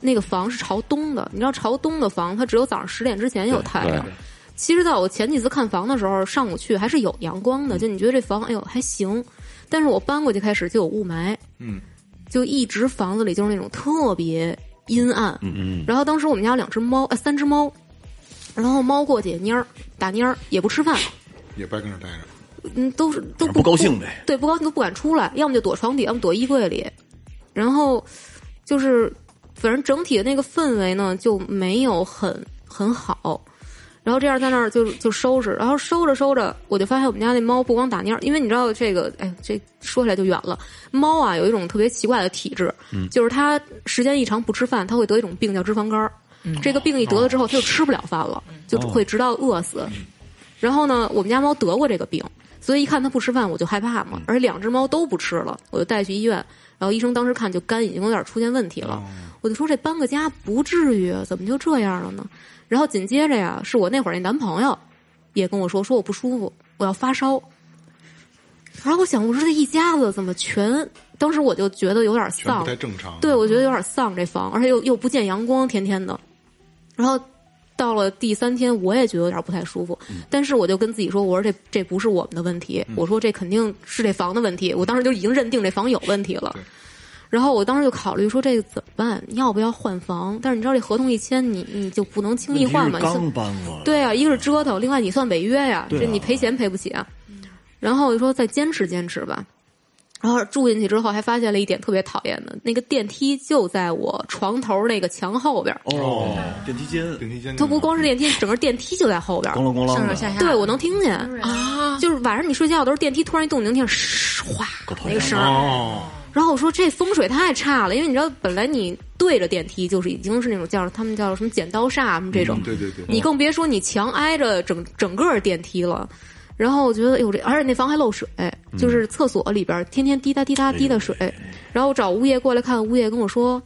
Speaker 9: 那个房是朝东的，你知道朝东的房它只有早上十点之前有啊太阳
Speaker 5: 对。
Speaker 9: 其实在我前几次看房的时候，上午去还是有阳光
Speaker 4: 嗯
Speaker 9: 的，就你觉得这房哎呦还行，但是我搬过去开始就有雾霾，
Speaker 3: 嗯，
Speaker 9: 就一直房子里就是那种特别阴暗。嗯嗯。然后当时我们家有两只猫，呃，三只猫，然后猫过去也蔫儿打蔫儿，也不吃饭，
Speaker 3: 也不爱跟这儿待着，
Speaker 9: 嗯，都是都
Speaker 4: 不高兴呗
Speaker 9: 对，不高兴都不敢出来，要么就躲床底，要么躲衣柜里。然后就是，反正整体的那个氛围呢，就没有很很好。然后这样在那儿就就收拾，然后收着收着，我就发现我们家那猫不光打蔫儿，因为你知道这个，哎，这说起来就远了。猫啊，有一种特别奇怪的体质，就是它时间一长不吃饭，它会得一种病叫脂肪肝儿。这个病一得了之后，它就吃不了饭了，就会直到饿死。然后呢，我们家猫得过这个病，所以一看它不吃饭，我就害怕嘛。而且两只猫都不吃了，我就带去医院。然后医生当时看，就肝已经有点出现问题了。我就说这搬个家不至于，怎么就这样了呢？然后紧接着呀，是我那会儿那男朋友也跟我说，说我不舒服，我要发烧。然后我想，我说这一家子怎么全？当时我就觉得有点
Speaker 3: 全
Speaker 9: 丧
Speaker 3: 不，太正常。啊
Speaker 4: 啊
Speaker 9: 对，我觉得有点丧这房，而且又又不见阳光，天天的。然后到了第三天，我也觉得有点不太舒服，
Speaker 4: 嗯
Speaker 9: 但是我就跟自己说，我说这这不是我们的问题，我说这肯定是这房的问题，我当时就已经认定这房有问题了。然后我当时就考虑说这个怎么办？要不要换房？但是你知道这合同一签，你你就不能
Speaker 5: 嗯
Speaker 9: 轻易换
Speaker 4: 问
Speaker 9: 嘛。你
Speaker 4: 题是
Speaker 9: 算
Speaker 4: 刚搬过来，
Speaker 9: 对啊，一个是折腾，另外你算违约呀、
Speaker 4: 对啊
Speaker 9: 这你赔钱赔不起啊。然后我就说再坚持坚持吧。然后住进去之后，还发现了一点特别讨厌的，那个电梯就在我床头那个墙后边儿，
Speaker 4: 哦，
Speaker 9: 啊
Speaker 4: 电梯间
Speaker 3: 电梯间
Speaker 9: 它不光是电梯，整个电梯就在后边儿
Speaker 4: 咣。啷咣啷
Speaker 10: 上
Speaker 4: 的
Speaker 10: 上，下下，
Speaker 9: <laughs> 对，我能听见，
Speaker 10: 啊，
Speaker 9: 就是晚上你睡觉的时候，电梯突然一动，你能听见唰哗那个声儿。
Speaker 3: 哦，
Speaker 9: 然后我说这风水太差了，因为你知道，本来你对着电梯就是已经是那种叫他们叫什么剪刀煞什么这种，
Speaker 4: 嗯
Speaker 3: 对对对，
Speaker 9: 你更别说你墙挨着整整个电梯了。然后我觉得，哎呦这，而且那房还漏水，就是厕所里边天天滴答滴答滴答水。然后我找物业过来看，物业跟我说，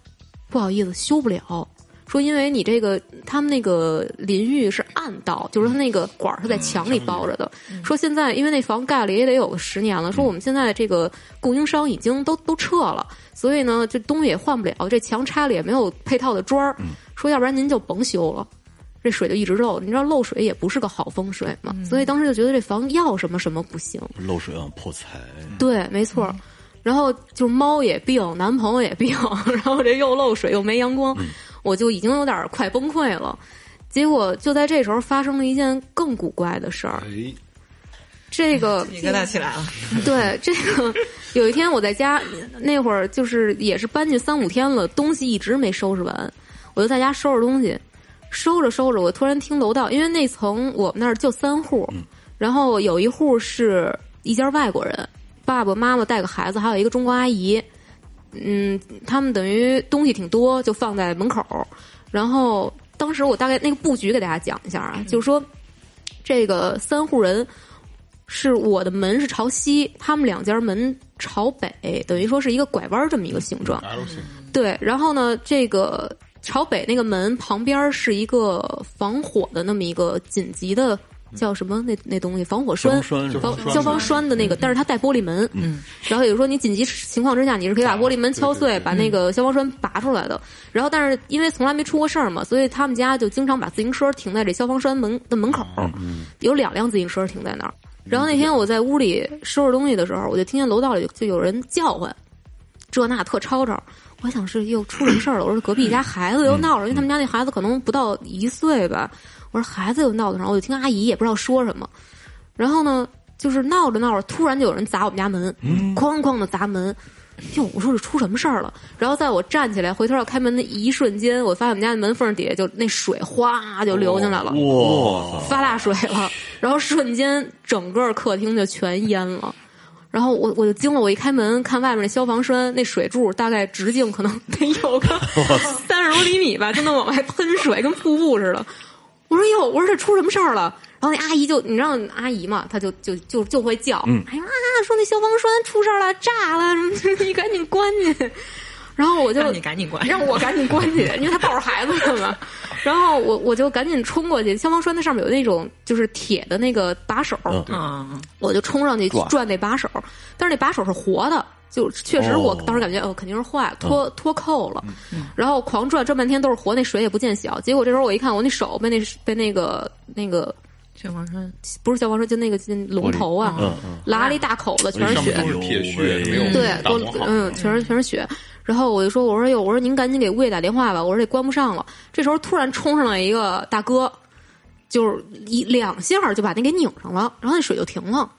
Speaker 9: 不好意思，修不了，说因为你这个他们那个淋浴是暗道，就是他那个管儿是在墙里包着的。说现在因为那房盖了也得有个十年了，说我们现在这个供应商已经都都撤了，所以呢这东西也换不了，这墙拆了也没有配套的砖儿，说要不然您就甭修了。这水就一直漏，你知道漏水也不是个好风水嘛，所以当时就觉得这房要什么什么不行。
Speaker 4: 漏水啊，破财，
Speaker 9: 对，没错。然后就是猫也病，男朋友也病，然后这又漏水又没阳光，我就已经有点儿快崩溃了。结果就在这时候发生了一件更古怪的事儿。
Speaker 3: 哎，
Speaker 9: 这个
Speaker 10: 你疙瘩起来了，
Speaker 9: 对，这个有一天我在家那会儿，就是也是搬去三五天了，东西一直没收拾完，我就在家收拾东西，收着收着，我突然听楼道，因为那层我们那儿就三户，然后有一户是一家外国人，爸爸妈妈带个孩子，还有一个中国阿姨，嗯，他们等于东西挺多，就放在门口儿，然后当时我大概那个布局给大家讲一下啊，就是说这个三户人。是我的门是朝西，他们两家门朝北，等于说是一个拐弯儿这么一个形状。
Speaker 3: L 型
Speaker 9: 对，然后呢，这个朝北那个门旁边是一个防火的那么一个紧急的叫什么那那东西防火栓
Speaker 4: 双。栓是吧
Speaker 9: 防嗯消防栓的那个，但是它带玻璃门，嗯，然后也就是说你紧急情况之下，你是可以把玻璃门敲碎，把那个消防栓拔出来的。然后，但是因为从来没出过事儿嘛，所以他们家就经常把自行车停在这消防栓门的门口，有两辆自行车停在那儿。然后那天我在屋里收拾东西的时候，我就听见楼道里就有人叫唤，这那特吵吵。我想是又出什么事儿了，我说隔壁家孩子又闹了，因为他们家那孩子可能不到一岁吧。我说孩子又闹腾上，我就听阿姨也不知道说什么。然后呢，就是闹着闹着，突然就有人砸我们家门，哐哐的砸门。哟，我说是出什么事儿了？然后在我站起来回头要开门的一瞬间，我发现我们家的门缝底下就那水哗就流进来了。
Speaker 4: 哇
Speaker 5: 啊
Speaker 4: 塞，
Speaker 9: 发大水了，然后瞬间整个客厅就全淹了。然后我我就惊了，我一开门看外面那消防栓那水柱，大概直径可能得有个 <laughs> 三十多厘米吧，就那么往外喷水，跟瀑布似的。我说哟，我说这出什么事儿了？然后那阿姨就你知道阿姨嘛，她就就就就会叫，哎呀啊，说那消防栓出事儿了，炸了 <laughs> 什么，你赶紧关去。然后我就
Speaker 10: 让你赶紧关，
Speaker 9: 让我赶紧关去，
Speaker 10: <laughs>
Speaker 9: 因为他抱着孩子呢嘛。然后我我就赶紧冲过去，消防栓那上面有那种就是铁的那个把手，
Speaker 4: 嗯
Speaker 10: 啊，
Speaker 9: 我就冲上去
Speaker 5: 转
Speaker 9: 转那把手，但是那把手是活的，就确实我
Speaker 4: 哦嗯
Speaker 9: 当时感觉哦肯定是坏了，脱脱扣了，然后狂转转半天都是活，那水也不见小。结果这时候我一看，我那手被那被那个那个
Speaker 10: 消防栓
Speaker 9: 不是消防栓，就那个就龙头啊，
Speaker 4: 嗯嗯，
Speaker 9: 拉了一大口子，全是
Speaker 3: 上
Speaker 9: 血
Speaker 3: 面。都是铁
Speaker 4: 哎
Speaker 3: 屑，
Speaker 4: 呦
Speaker 3: 没有
Speaker 9: 对，
Speaker 3: 打
Speaker 9: 都
Speaker 3: 磨好，
Speaker 9: 嗯，全是全是血。然后我就说，我说哟，我说您赶紧给物业打电话吧，我说这关不上了。这时候突然冲上来一个大哥，就是一两下儿就把那给拧上了，然后那水就停了。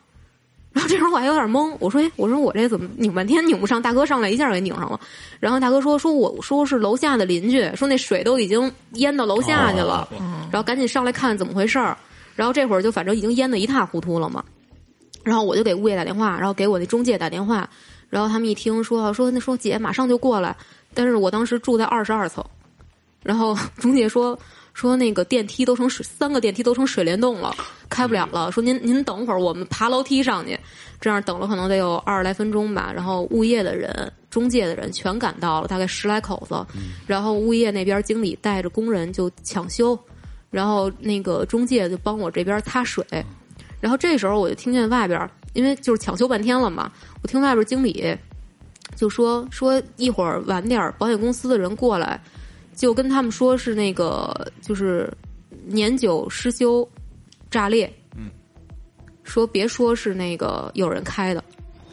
Speaker 9: 然后这时候我还有点懵，我说哎，我说我这怎么拧半天拧不上？大哥上来一下给拧上了。然后大哥说说我说是楼下的邻居，说那水都已经淹到楼下去了，然后赶紧上来看怎么回事儿。然后这会儿就反正已经淹得一塌糊涂了嘛。然后我就给物业打电话，然后给我那中介打电话，然后他们一听说说那说姐马上就过来，但是我当时住在二十二层， <laughs> 然后中介说说那个电梯都成水，三个电梯都成水帘洞了，开不了了，说您您等会儿，我们爬楼梯上去。这样等了可能得有二十来分钟吧，然后物业的人、中介的人全赶到了，大概十来口子。然后物业那边经理带着工人就抢修，然后那个中介就帮我这边擦水。然后这时候我就听见外边，因为就是抢修半天了嘛，我听外边经理就说说一会儿晚点儿保险公司的人过来，就跟他们说是那个就是年久失修炸裂，嗯，说别说是那个有人开的。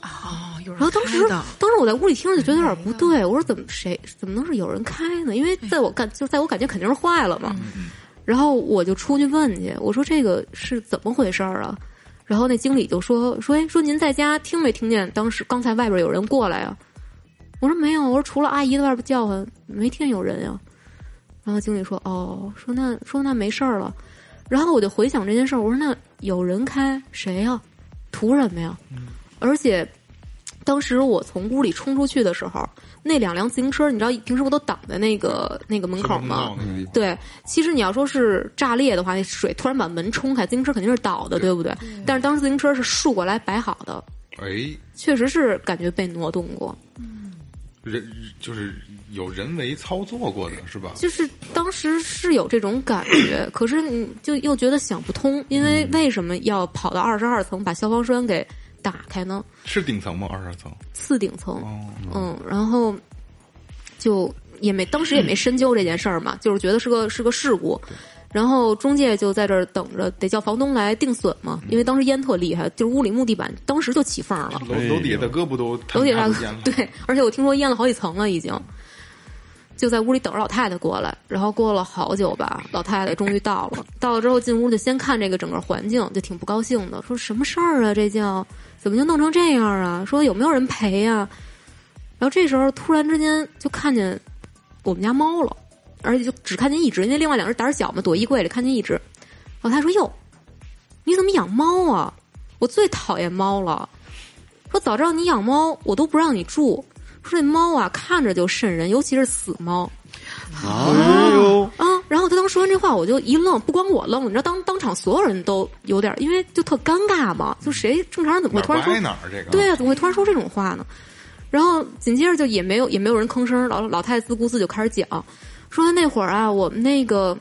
Speaker 10: 哦，有人
Speaker 9: 然后当时
Speaker 10: 开的
Speaker 9: 当时我在屋里听着就觉得有点不对，我说怎么谁怎么能是有人开呢？因为在我感就在我感觉肯定是坏了嘛。然后我就出去问去，我说这个是怎么回事儿啊？然后那经理就说说哎说您在家听没听见当时刚才外边有人过来啊？我说没有，我说除了阿姨在外边叫唤，没听见有人呀、啊然后经理说哦，说那说那没事儿了。然后我就回想这件事儿，我说那有人开谁呀、图什么呀？而且当时我从屋里冲出去的时候，那两辆自行车，你知道平时不都挡在那个那个门口嗯吗？对，其实你要说是炸裂的话，那水突然把门冲开，自行车肯定是倒的，对不对？但是当时自行车是竖过来摆好的，
Speaker 3: 哎，
Speaker 9: 确实是感觉被挪动过。
Speaker 3: 人就是有人为操作过的是吧？
Speaker 9: 就是当时是有这种感觉，可是你就又觉得想不通，因为为什么要跑到二十二层把消防栓给打开呢？
Speaker 3: 是顶层吗？二十层？
Speaker 9: 次顶层，
Speaker 3: 哦，
Speaker 9: 嗯，然后就也没当时也没深究这件事儿嘛，就是觉得是个是个事故。然后中介就在这儿等着，得叫房东来定损嘛，因为当时烟特厉害，就是屋里木地板当时就起缝了。
Speaker 3: 楼楼底下的胳膊都
Speaker 9: 嗯楼底
Speaker 3: 下
Speaker 9: 下 <laughs> 对，而且我听说淹了好几层了，已经。就在屋里等着老太太过来，然后过了好久吧，老太太终于到了。到了之后进屋就先看这个整个环境，就挺不高兴的，说什么事儿啊？这叫怎么就弄成这样啊？说有没有人赔呀、然后这时候突然之间就看见我们家猫了，而且就只看见一只，因为另外两只胆儿小嘛，躲衣柜里看见一只。老太太说：“哟，你怎么养猫啊？我最讨厌猫了。”说早知道你养猫，我都不让你住。说这猫啊，看着就瘆人，尤其是死猫
Speaker 4: 哎呦，
Speaker 9: 啊。然后他当时说完这话，我就一愣，不光我愣，你知道当当场所有人都有点，因为就特尴尬嘛，就谁正常人怎么
Speaker 3: 哪儿
Speaker 9: 会突然说
Speaker 3: 歪哪儿这个？
Speaker 9: 对啊，怎么会突然说这种话呢？然后紧接着就也没有也没有人吭声，老老太太自顾自就开始讲，说那会儿啊，我们那个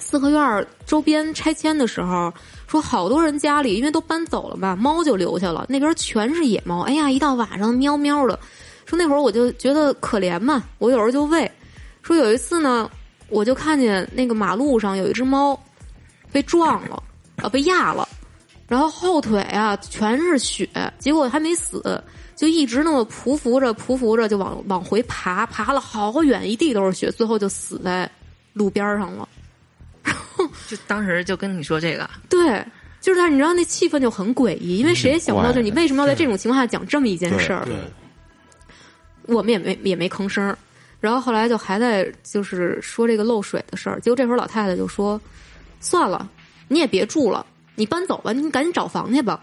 Speaker 9: 四合院儿周边拆迁的时候，说好多人家里因为都搬走了吧，猫就留下了，那边全是野猫，哎呀，一到晚上喵喵的，说那会儿我就觉得可怜嘛，我有时候就喂，说有一次呢，我就看见那个马路上有一只猫被撞了，啊，被压了。然后后腿啊全是血，结果还没死，就一直那么匍匐着匍匐着就往往回爬，爬了好远，一地都是血，最后就死在路边儿上了。
Speaker 10: 就当时就跟你说这个，
Speaker 9: 对，就是但是你知道那气氛就很诡异，因为谁也想不到，
Speaker 5: 怪
Speaker 9: 就是你为什么要在这种情况下讲这么一件事儿
Speaker 4: 对，，
Speaker 9: 我们也没也没吭声儿。然后后来就还在就是说这个漏水的事儿，结果这会儿老太太就说：“算了，你也别住了，你搬走吧，你赶紧找房去吧。”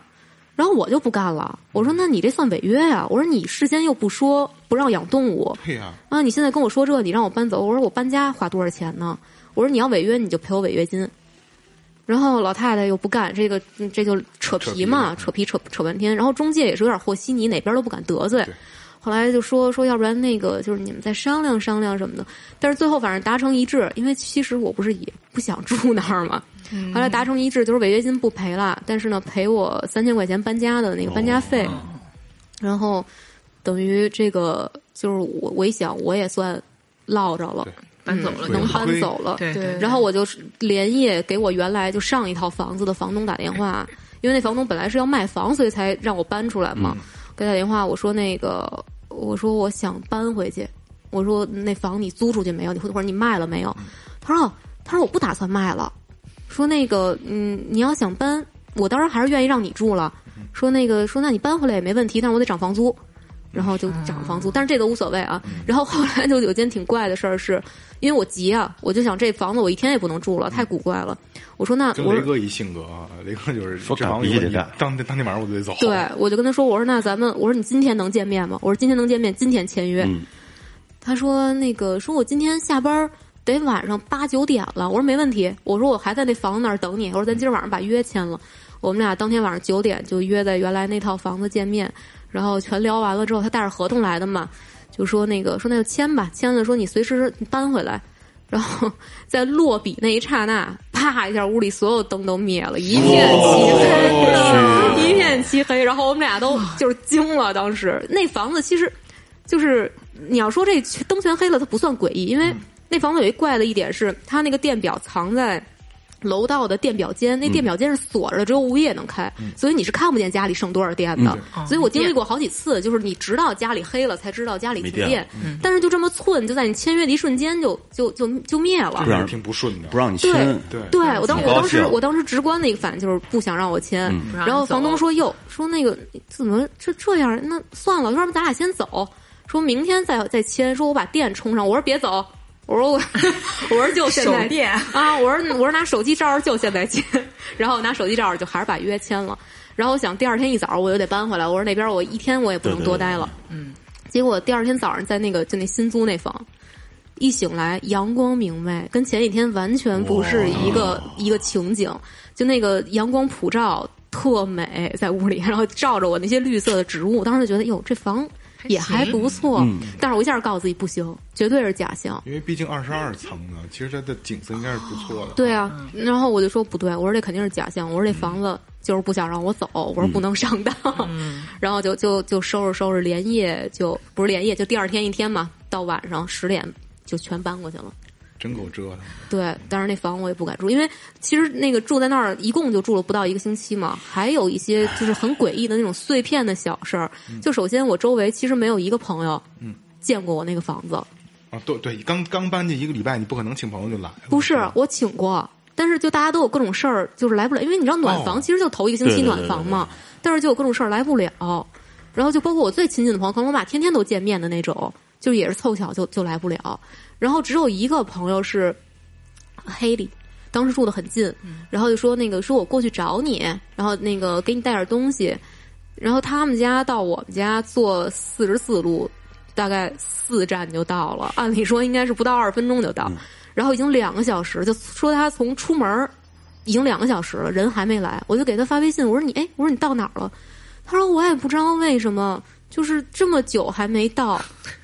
Speaker 9: 然后我就不干了，我说：“那你这算违约呀、我说你事先又不说不让养动物，
Speaker 3: 对呀，
Speaker 9: 啊，你现在跟我说这，你让我搬走，我说我搬家花多少钱呢？我说你要违约，你就赔我违约金。然后老太太又不干，这个嗯这就扯皮嗯嘛，扯皮扯扯半天。然后中介也是有点和稀泥，哪边都不敢得罪。后来就说说，要不然那个就是你们再商量商量什么的。但是最后反正达成一致，因为其实我不是也不想住那儿嘛。后来达成一致，就是违约金不赔了，但是呢赔我三千块钱搬家的那个搬家费。然后等于这个就是我我一想，我也算落着了，嗯
Speaker 10: 搬走了
Speaker 9: 能
Speaker 10: 就好。
Speaker 9: 搬走了。
Speaker 10: 对对
Speaker 9: 然后我就是连夜给我原来就上一套房子的房东打电话，因为那房东本来是要卖房，所以才让我搬出来嘛。给他打电话，我说那个，我说我想搬回去，我说那房你租出去没有？你或者你卖了没有？他说，哦他说我不打算卖了，说那个，嗯，你要想搬，我当然还是愿意让你住了。说那个，说那你搬回来也没问题，但是我得涨房租。然后就涨房租，但是这个无所谓啊。然后后来就有件挺怪的事儿，是因为我急啊，我就想这房子我一天也不能住了，太古怪了。我说那
Speaker 3: 跟
Speaker 9: 我
Speaker 3: 雷
Speaker 9: 说
Speaker 3: 哥一性格啊，雷哥就是
Speaker 5: 说
Speaker 3: 这房
Speaker 5: 必须得
Speaker 3: 子
Speaker 5: 干
Speaker 3: 当天当天晚上我就得走。
Speaker 9: 对，我就跟他说，我说那咱们，我说你今天能见面吗？我说今天能见面，今天签约。他说那个，说我今天下班儿得晚上八九点了。我说没问题，我说我还在那房子那儿等你。我说咱今儿晚上把约签了。我们俩当天晚上九点就约在原来那套房子见面，然后全聊完了之后，他带着合同来的嘛，就说那个说那就签吧，签了说你随时搬回来。然后在落笔那一刹那，啪一下，屋里所有灯都灭了，一片漆黑，一片漆黑。然后我们俩都就是惊了，当时那房子其实就是你要说这灯全黑了，它不算诡异，因为那房子有一怪的一点是，它那个电表藏在。楼道的电表间，那电表间是锁着的，只有物业能开，所以你是看不见家里剩多少电的。
Speaker 10: 嗯
Speaker 9: 所以我经历过好几次，就是你直到家里黑了才知道家里停
Speaker 4: 没电
Speaker 9: 电
Speaker 4: 了，
Speaker 9: 但是就这么寸，就在你签约的一瞬间就就就就灭了。
Speaker 3: 这是挺不顺的，
Speaker 4: 不让你
Speaker 9: 对
Speaker 4: 签，
Speaker 3: 对
Speaker 9: 对，我当
Speaker 4: 挺
Speaker 9: 我
Speaker 4: 高
Speaker 9: 当时
Speaker 4: 兴
Speaker 9: 我当时直观的一个反应就是不想让我签，
Speaker 4: 嗯
Speaker 9: 然后房东说哟，说那个怎么这这样？那算了，要不咱俩先走，说明天再再签，说我把电充上，我说别走。我说我， <laughs> 我说就现在
Speaker 10: 手电
Speaker 9: 啊！我说我说拿手机照着就现在签， <laughs> 然后拿手机照着就还是把约签了。然后我想第二天一早我又得搬回来，我说那边我一天我也不能
Speaker 4: 对对
Speaker 9: 多
Speaker 4: 对
Speaker 9: 待了。嗯，结果第二天早上在那个就那新租那房，一醒来阳光明媚，跟前几天完全不是一个一个情景。就那个阳光普照特美，在屋里，然后照着我那些绿色的植物，当时就觉得哟，这房也还不错。但是我一下告诉自己不行，绝对是假象。
Speaker 3: 因为毕竟二十二层呢，其实它的景色应该是不错的。
Speaker 9: 对啊，然后我就说不对，我说这肯定是假象，我说这房子就是不想让我走，我说不能上当， <laughs> 然后就就就收拾收拾，连夜就不是连夜，就第二天一天嘛，到晚上十点就全搬过去了。
Speaker 3: 真够折腾的。
Speaker 9: 对，但是那房我也不敢住，因为其实那个住在那儿一共就住了不到一个星期嘛，还有一些就是很诡异的那种碎片的小事儿。就首先我周围其实没有一个朋友，
Speaker 3: 嗯，
Speaker 9: 见过我那个房子，
Speaker 3: 啊，对对，刚刚搬进一个礼拜，你不可能请朋友就来了。
Speaker 9: 不是
Speaker 4: 嗯
Speaker 9: 我请过，但是就大家都有各种事儿，就是来不了，因为你知道暖房
Speaker 3: 哦
Speaker 9: 其实就头一个星期
Speaker 4: 对对
Speaker 9: 暖
Speaker 4: 对
Speaker 9: 房嘛，但是就有各种事儿来不了，然后就包括我最亲近的朋友，可能我们俩天天都见面的那种，就也是凑巧就就来不了，然后只有一个朋友是黑里。当时住的很近，
Speaker 4: 嗯
Speaker 9: 然后就说那个说我过去找你，然后那个给你带点东西，然后他们家到我们家坐四十四路，大概四站就到了，按理说应该是不到二十分钟就
Speaker 4: 嗯
Speaker 9: 到，然后已经两个小时，就说他从出门儿已经两个小时了，人还没来，我就给他发微信，我说你哎，我说你到哪儿了？他说我也不知道为什么，就是这么久还没到。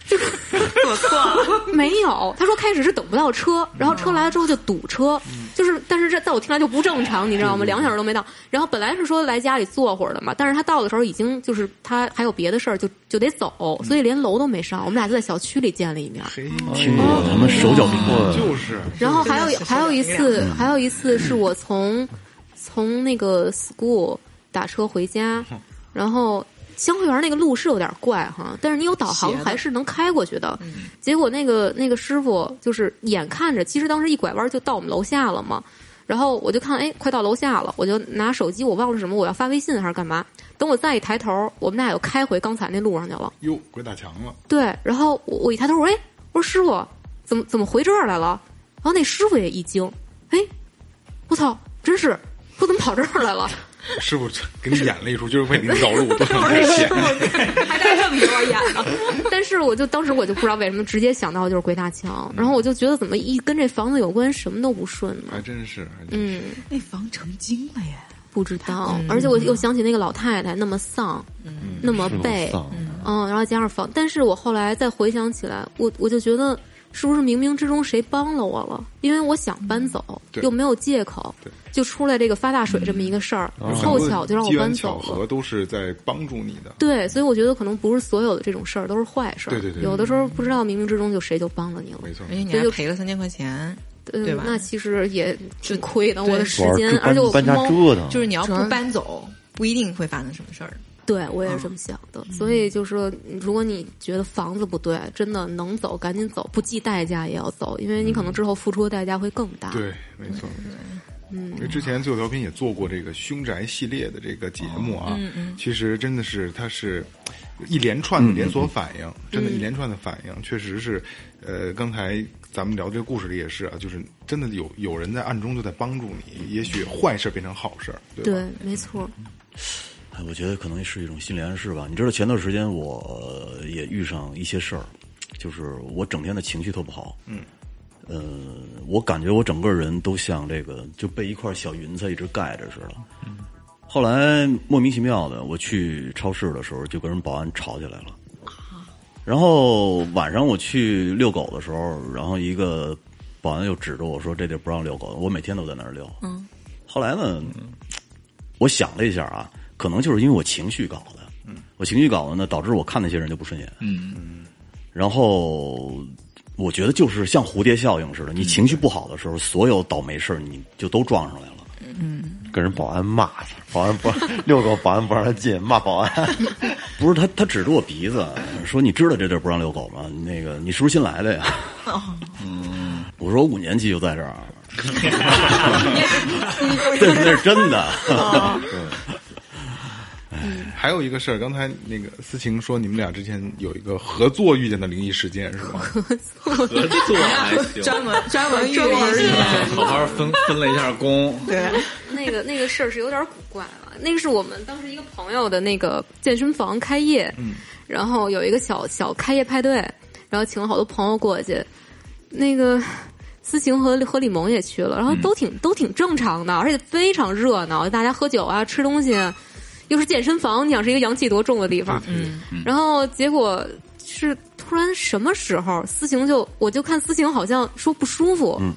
Speaker 10: 做错了，
Speaker 9: 没有，他说开始是等不到车，然后车来了之后就堵车，就是但是这在我听来就不正常，你知道吗？两个小时都没到，然后本来是说来家里坐会儿的嘛，但是他到的时候已经就是他还有别的事儿，就就得走，所以连楼都没上，我们俩就在小区里见了一面。
Speaker 3: 谁
Speaker 4: 听着他们手脚并
Speaker 9: 啊
Speaker 4: 用，
Speaker 3: 就是
Speaker 9: 然后还
Speaker 10: 真
Speaker 9: 有
Speaker 10: 的是
Speaker 9: 还有一
Speaker 10: 这样
Speaker 9: 次，还有一次是我从从那个 school 打车回家，然后香河园那个路是有点怪哈，但是你有导航
Speaker 10: 斜的嗯
Speaker 9: 还是能开过去的。结果那个那个师傅就是眼看着，其实当时一拐弯就到我们楼下了嘛。然后我就看，哎，快到楼下了，我就拿手机，我忘了什么，我要发微信还是干嘛？等我再一抬头，我们俩又开回刚才那路上去了。
Speaker 3: 哟，鬼打墙了，
Speaker 9: 对，然后我我一抬头，我说：“哎，我说师傅，怎么怎么回这儿来了？”然后那师傅也一惊，哎，我操，真是，我怎么跑这儿来了？
Speaker 3: 师傅给你演了一出，就是
Speaker 9: <laughs>
Speaker 3: 为你绕路，多长时间？
Speaker 9: 还带这么给我
Speaker 10: 哎
Speaker 9: 演呢。但是我就当时我就不知道为什么直接想到就是鬼打墙，然后我就觉得怎么一跟这房子有关，什么都不顺呢？
Speaker 3: 还真是，还真是
Speaker 9: 嗯，
Speaker 8: 那房成精了耶！
Speaker 9: 不知
Speaker 5: 嗯
Speaker 9: 道。而且我又想起那个老太太那么丧，那么
Speaker 5: 是够
Speaker 9: 背，
Speaker 5: 丧的。
Speaker 9: 嗯，然后加上房，但是我后来再回想起来，我我就觉得是不是冥冥之中谁帮了我了？因为我想搬走，
Speaker 3: 嗯对
Speaker 9: 又没有借口
Speaker 3: 对，嗯
Speaker 9: 就出来这个发大水这么一个事儿，嗯凑巧就让我
Speaker 3: 机
Speaker 9: 搬
Speaker 3: 缘巧
Speaker 9: 走
Speaker 3: 合
Speaker 9: 了。
Speaker 3: 都是在帮助你的。
Speaker 9: 对，所以我觉得可能不是所有的这种事儿都是坏事儿，
Speaker 3: 对对对
Speaker 9: 有的时候不知道冥冥之中就谁就帮了你了，
Speaker 3: 没错
Speaker 10: 而，哎且你
Speaker 9: 这就
Speaker 10: 还赔了三千块钱，
Speaker 9: 嗯
Speaker 10: 对吧
Speaker 9: 那其实也挺亏的，
Speaker 10: 对
Speaker 9: 我的嗯时
Speaker 5: 主要是
Speaker 9: 间，
Speaker 5: 搬
Speaker 9: 而且我
Speaker 5: 搬家
Speaker 9: 猫
Speaker 5: 折腾，
Speaker 10: 就是你要
Speaker 8: 主要
Speaker 10: 不搬走，不一定会发生什么事儿。
Speaker 9: 对，我也
Speaker 3: 嗯
Speaker 9: 是这么想的。所以就是说，如果你觉得房子不对，真的能走赶紧走，不计代价也要走，因为你可能之后付出的代价会更大。
Speaker 3: 嗯对，没错，没错。
Speaker 9: 嗯
Speaker 3: 因为之前最后调频也做过这个凶宅系列的这个节
Speaker 9: 哦
Speaker 3: 目啊，
Speaker 9: 嗯
Speaker 3: 其实真的是它是一连串的连锁反应，
Speaker 9: 嗯
Speaker 3: 真的，一连串的反应，确实是，呃，刚才咱们聊这个故事里也是啊，就是真的有有人在暗中就在帮助你，也许坏事变成好事，对吧？
Speaker 9: 嗯
Speaker 3: 嗯
Speaker 9: 对，没错。
Speaker 4: 哎，我觉得可能是一种心理暗示吧。你知道前段时间我呃也遇上一些事儿，就是我整天的情绪特不好，嗯，呃，我感觉我整个人都像这个就被一块小云彩一直盖着似的。后来莫名其妙的，我去超市的时候就跟人保安吵起来了。 <laughs> 然后晚上我去遛狗的时候，然后一个保安又指着我说：“这地儿不让遛狗。”我每天都在那儿遛。
Speaker 10: 嗯，
Speaker 4: 后来呢，我想了一下啊，可能就是因为我情绪搞的。我情绪搞的呢，导致我看那些人就不顺眼。
Speaker 7: 嗯，
Speaker 4: 然后我觉得就是像蝴蝶效应似的，你情绪不好的时候，所有倒霉事儿你就都撞上来了。
Speaker 10: 嗯，
Speaker 5: 跟人保安骂去，保安不 <laughs> 遛狗，保安不让他进，骂保安。
Speaker 4: <laughs> 不是他，他指着我鼻子说：“你知道这地儿不让遛狗吗？那个你是不是新来的呀？”嗯，我说我五年级就在这儿。 <laughs> 这那是真的。
Speaker 3: 还有一个事儿，刚才那个思晴说你们俩之前有一个合作遇见的灵异事件是吧？
Speaker 7: <laughs> 合作还行，
Speaker 10: 专门专门
Speaker 7: 专门
Speaker 10: 遇见
Speaker 7: 好好分分了一下工。
Speaker 10: 对，
Speaker 9: <laughs> 那个那个事儿是有点古怪了。那个是我们当时一个朋友的那个健身房开业，
Speaker 3: 嗯
Speaker 9: 然后有一个小小开业派对，然后请了好多朋友过去，那个思晴和和李萌也去了，然
Speaker 5: 嗯
Speaker 9: 后都挺、都挺正常的，而且非常热闹，大家喝酒啊，吃东西啊，又是健身房，你想是一个阳气多重的地方，
Speaker 10: 嗯，
Speaker 9: 然后结果是突然什么时候，思晴就我就看思晴好像说不舒服，
Speaker 5: 嗯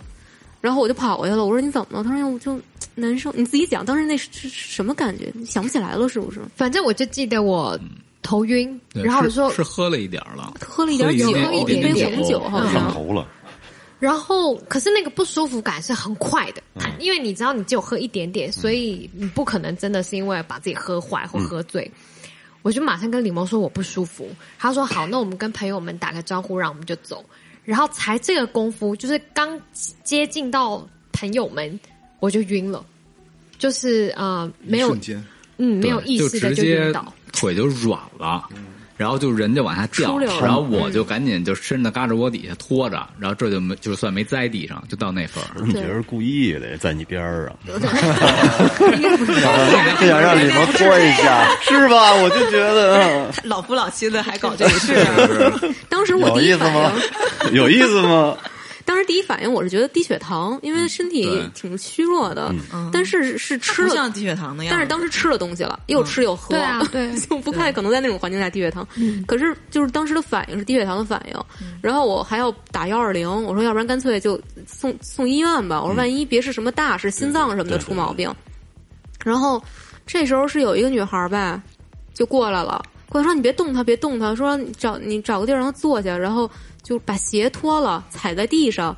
Speaker 9: 然后我就跑过去了，我说你怎么了？他说我就难受，你自己讲当时那是是什么感觉？你想不起来了是不是？
Speaker 6: 反正我就记得我头晕，
Speaker 7: 对
Speaker 6: 然后我
Speaker 7: 是
Speaker 6: 说
Speaker 7: 是喝了一点儿了，
Speaker 9: 喝了一点儿酒
Speaker 7: 喝了
Speaker 6: 一
Speaker 7: 点
Speaker 6: 点
Speaker 7: 点
Speaker 6: 点
Speaker 9: 红酒好像
Speaker 5: 上头了，
Speaker 6: 然后，可是那个不舒服感是很快的，
Speaker 7: 嗯
Speaker 6: 因为你知道你只有喝一点点，所以你不可能真的是因为把自己喝坏
Speaker 7: 嗯
Speaker 6: 或喝醉。我就马上跟李萌说我不舒服，他说好，那我们跟朋友们打个招呼，然后我们就走。然后才这个功夫，就是刚接近到朋友们，我就晕了，就是呃没有
Speaker 3: 瞬间，
Speaker 6: 嗯没
Speaker 7: 对
Speaker 6: 有意
Speaker 7: 就
Speaker 6: 识的
Speaker 7: 直
Speaker 6: 就晕
Speaker 7: 接
Speaker 6: 倒，
Speaker 7: 腿就软了。然后就人就往下掉，
Speaker 9: 出溜了
Speaker 7: 嗯然后我就赶紧就身子嘎着窝底下拖着，然后这就没就算没栽地上，就到那份儿。
Speaker 4: 你觉得是故意的在你边
Speaker 9: <laughs>
Speaker 4: 儿啊？
Speaker 5: 就想让李萌搓一下，
Speaker 4: 是吧？我就觉
Speaker 5: 嗯
Speaker 4: 得
Speaker 10: 老夫老妻的还搞这个事，
Speaker 9: 当时我
Speaker 5: 有
Speaker 9: 第一
Speaker 5: 意思
Speaker 9: 反
Speaker 5: 吗
Speaker 9: 应，？
Speaker 4: <laughs> 有意思吗？
Speaker 9: 当时第一反应我是觉得低血糖，因为身体也挺虚弱的，但是是
Speaker 10: 嗯
Speaker 9: 吃
Speaker 10: 不
Speaker 9: 了
Speaker 10: 像低血糖的样子。
Speaker 9: 但是当时吃了东西了，又吃又喝，
Speaker 6: 对
Speaker 9: <laughs>
Speaker 6: 啊对嗯
Speaker 9: 就不太可能在那种环境下低血糖。可是就是当时的反应是低血糖的反应，然后我还要打幺二零，我说要不然干脆就送送医院吧，我说万一别是什么大事，心脏什么的出毛病。然后这时候是有一个女孩儿吧，就过来了，过来说你别动她，别动她，说你找你找个地儿让她坐下，然后就把鞋脱了，踩在地上，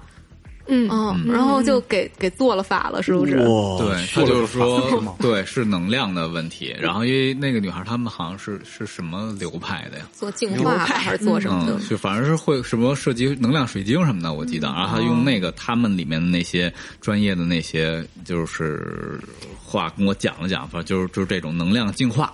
Speaker 6: 嗯，
Speaker 9: 嗯，然后就给给做了法了，是不是？
Speaker 4: 哇，
Speaker 7: 对，他就是说，对，是能量的问题。然后因为那个女孩，他们好像是是什么流派的呀？
Speaker 9: 做净化吧，还是做什么的
Speaker 7: 嗯，？就反正是会什么涉及能量水晶什么的，我记得。啊然后他
Speaker 9: 哦
Speaker 7: 用那个他们里面的那些专业的那些就是话跟我讲了讲，反正就是就是这种能量净化。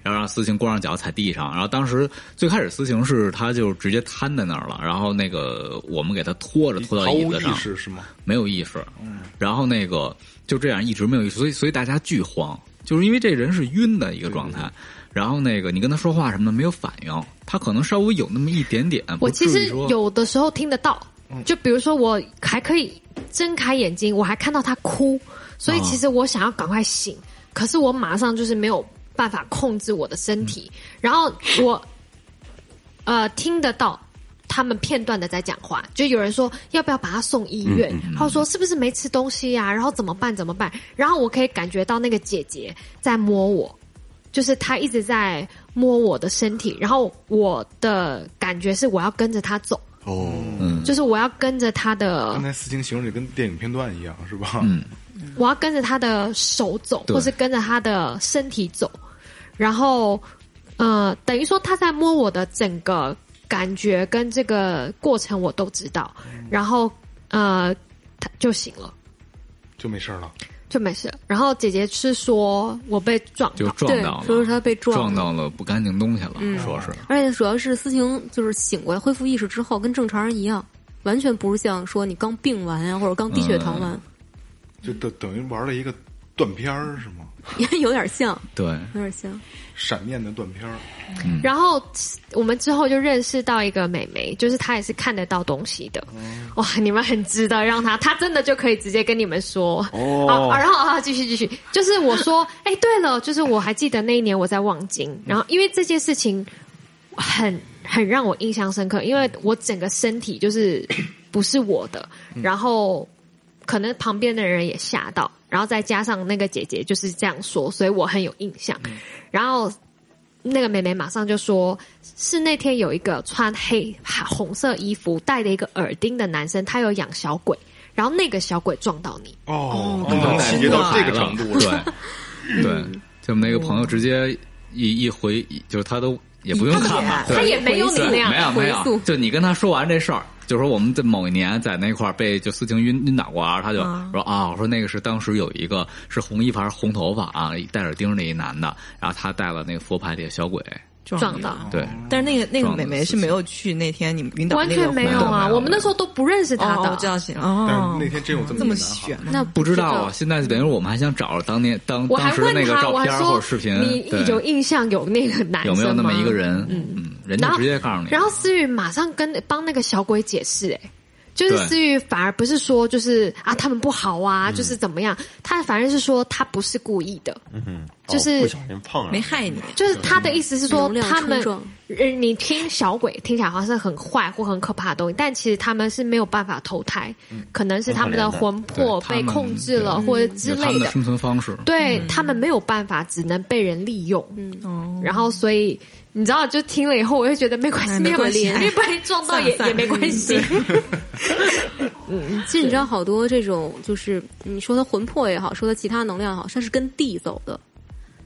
Speaker 7: 然后让思晴光着脚踩地上，然后当时最开始思晴是她就直接瘫在那儿了，然后那个我们给她拖着拖到
Speaker 3: 毫
Speaker 7: 椅
Speaker 3: 无
Speaker 7: 子
Speaker 3: 意
Speaker 7: 上，
Speaker 3: 识是吗？
Speaker 7: 没有意识，
Speaker 3: 嗯
Speaker 7: 然后那个就这样一直没有意识，所以所以大家巨慌，就是因为这人是晕的一个状态，然后那个你跟他说话什么的没有反应，他可能稍微有那么一点点，
Speaker 6: 我
Speaker 7: 呃不
Speaker 6: 其
Speaker 7: 至于
Speaker 6: 实
Speaker 7: 说嗯
Speaker 6: 有的时候听得到，就比如说我还可以睁开眼睛，我还看到他哭，所以其
Speaker 7: 哦
Speaker 6: 实我想要赶快醒，可是我马上就是没有办法控制我的身体，
Speaker 7: 嗯
Speaker 6: 然后我呃听得到。他们片段的在讲话，就有人说要不要把他送医院，
Speaker 7: 嗯
Speaker 6: 然后说是不是没吃东西呀、然后怎么办怎么办？然后我可以感觉到那个姐姐在摸我，就是他一直在摸我的身体，然后我的感觉是我要跟着他走，
Speaker 7: 嗯
Speaker 6: 就是我要跟着他的
Speaker 9: 啊
Speaker 3: 刚，才思晴形容的跟电影片段一样是吧？
Speaker 7: 嗯
Speaker 6: 我要跟着他的手走，
Speaker 7: 对
Speaker 6: 或是跟着他的身体走，然后呃，等于说他在摸我的整个感觉跟这个过程我都知道，然后呃，他就醒了。
Speaker 3: 就没事儿了。
Speaker 6: 就没事了，然后姐姐是说我被撞
Speaker 7: 就
Speaker 6: 到，
Speaker 7: 撞到了，
Speaker 9: 对说是他被撞了
Speaker 7: 撞
Speaker 9: 嗯
Speaker 7: 到了不干净东西了，说
Speaker 3: 嗯
Speaker 7: 是
Speaker 9: 而且主要是思晴就是醒过来恢复意识之后，跟正常人一样，完啊
Speaker 7: 嗯
Speaker 9: <laughs> 全不是像说你刚病完呀、或者刚低血糖完，
Speaker 3: 就等等于玩了一个断片儿是吗？
Speaker 9: 有点像，
Speaker 7: 对，
Speaker 9: 有点像。
Speaker 3: 闪念的断片儿，
Speaker 6: 然后我们之后就认识到一个美眉，就是她也是看得到东西的。哇，你们很值得让她，她真的就可以直接跟你们说。
Speaker 5: 哦
Speaker 6: 啊啊然后啊，继续继续，就是我说，哎，对了，就是我还记得那一年我在望京，然后因为这件事情很很让我印象深刻，因为我整个身体就是不是我的，然后可能旁边的人也吓到，然后再加上那个姐姐就是这样说，所以我很有印象。然后那个妹妹马上就说，是那天有一个穿黑红色衣服、戴着一个耳钉的男生，他有养小鬼，然后那个小鬼撞到你，
Speaker 3: 哦，能细节到这个程
Speaker 9: 哦
Speaker 3: 度， <laughs>
Speaker 7: 对对，
Speaker 9: 嗯
Speaker 7: 就我们那个朋友直接一一回，就是他都也不用看嘛，对
Speaker 6: 他也没有你
Speaker 7: 对
Speaker 6: 那样
Speaker 7: 没有嗯没有，就你跟他说完这事儿。就说我们在某一年在那块儿被就思婷晕晕倒过啊，他就说啊，我说那个是当时有一个是红衣服还是红头发啊，戴耳钉的一男的，然后他带了那个佛牌里的小鬼，
Speaker 6: 撞到。
Speaker 7: 对，
Speaker 10: 但是那个那个
Speaker 7: 撞的
Speaker 10: 美眉是没有去那天你们晕倒
Speaker 6: 完
Speaker 10: 那个
Speaker 6: 全没有啊！
Speaker 7: 没有
Speaker 6: 我们那时候都不认识
Speaker 10: 活
Speaker 6: 他
Speaker 10: 动
Speaker 6: 的，
Speaker 10: 哦，这样行
Speaker 3: 但
Speaker 10: 哦
Speaker 3: 是，那天真有这么
Speaker 10: 这
Speaker 3: 一
Speaker 10: 么
Speaker 3: 个男孩
Speaker 10: 选，
Speaker 6: 那
Speaker 7: 不知道
Speaker 6: 这
Speaker 7: 啊
Speaker 6: 个。
Speaker 7: 现在等于我们还想找着当年当
Speaker 6: 我
Speaker 7: 当
Speaker 6: 还
Speaker 7: 时的那
Speaker 6: 问
Speaker 7: 个
Speaker 6: 他，
Speaker 7: 照
Speaker 6: 我还
Speaker 7: 片或
Speaker 6: 说
Speaker 7: 者视频，
Speaker 6: 你
Speaker 7: 对
Speaker 6: 有印象有那个男生
Speaker 7: 有没有那么
Speaker 6: 吗
Speaker 7: 一个？人？嗯，人家
Speaker 6: 然后
Speaker 7: 直接告诉你。
Speaker 6: 然后思雨马上跟帮那个小鬼解释、哎，就是
Speaker 7: 对
Speaker 6: 思雨反而不是说就是啊他们不好啊，
Speaker 7: 嗯
Speaker 6: 就是怎么样，他反而是说他不是故意的，就是
Speaker 5: 哦不小心碰上
Speaker 10: 没害你，
Speaker 6: 就是他的意思是
Speaker 10: 嗯
Speaker 6: 说
Speaker 9: 容量
Speaker 6: 他们
Speaker 9: 冲撞。
Speaker 6: 呃你听小鬼听起来好像是很坏或很可怕的东西，但其实他们是没有办法投胎，
Speaker 7: 嗯
Speaker 6: 可能是他们的魂魄
Speaker 7: 对他
Speaker 6: 被
Speaker 7: 们
Speaker 6: 控制了
Speaker 7: 对
Speaker 6: 或者之
Speaker 7: 有他
Speaker 6: 类
Speaker 7: 们的
Speaker 6: 的，
Speaker 7: 生存方式，
Speaker 10: 嗯
Speaker 6: 对他们没有办法，只能被人利用。嗯，然后所以你知道，就听了以后，我就觉得没关系，
Speaker 10: 哎没
Speaker 6: 有
Speaker 10: 关系
Speaker 6: 脸，
Speaker 10: 哎
Speaker 6: 因 <laughs> 为不然撞到
Speaker 10: 算了
Speaker 6: 也
Speaker 10: 算
Speaker 6: 也
Speaker 10: 了
Speaker 6: 没关系。
Speaker 9: 其实你知道，好多这种就是你说他魂魄也好，说他其他能量也好，他是跟地走的。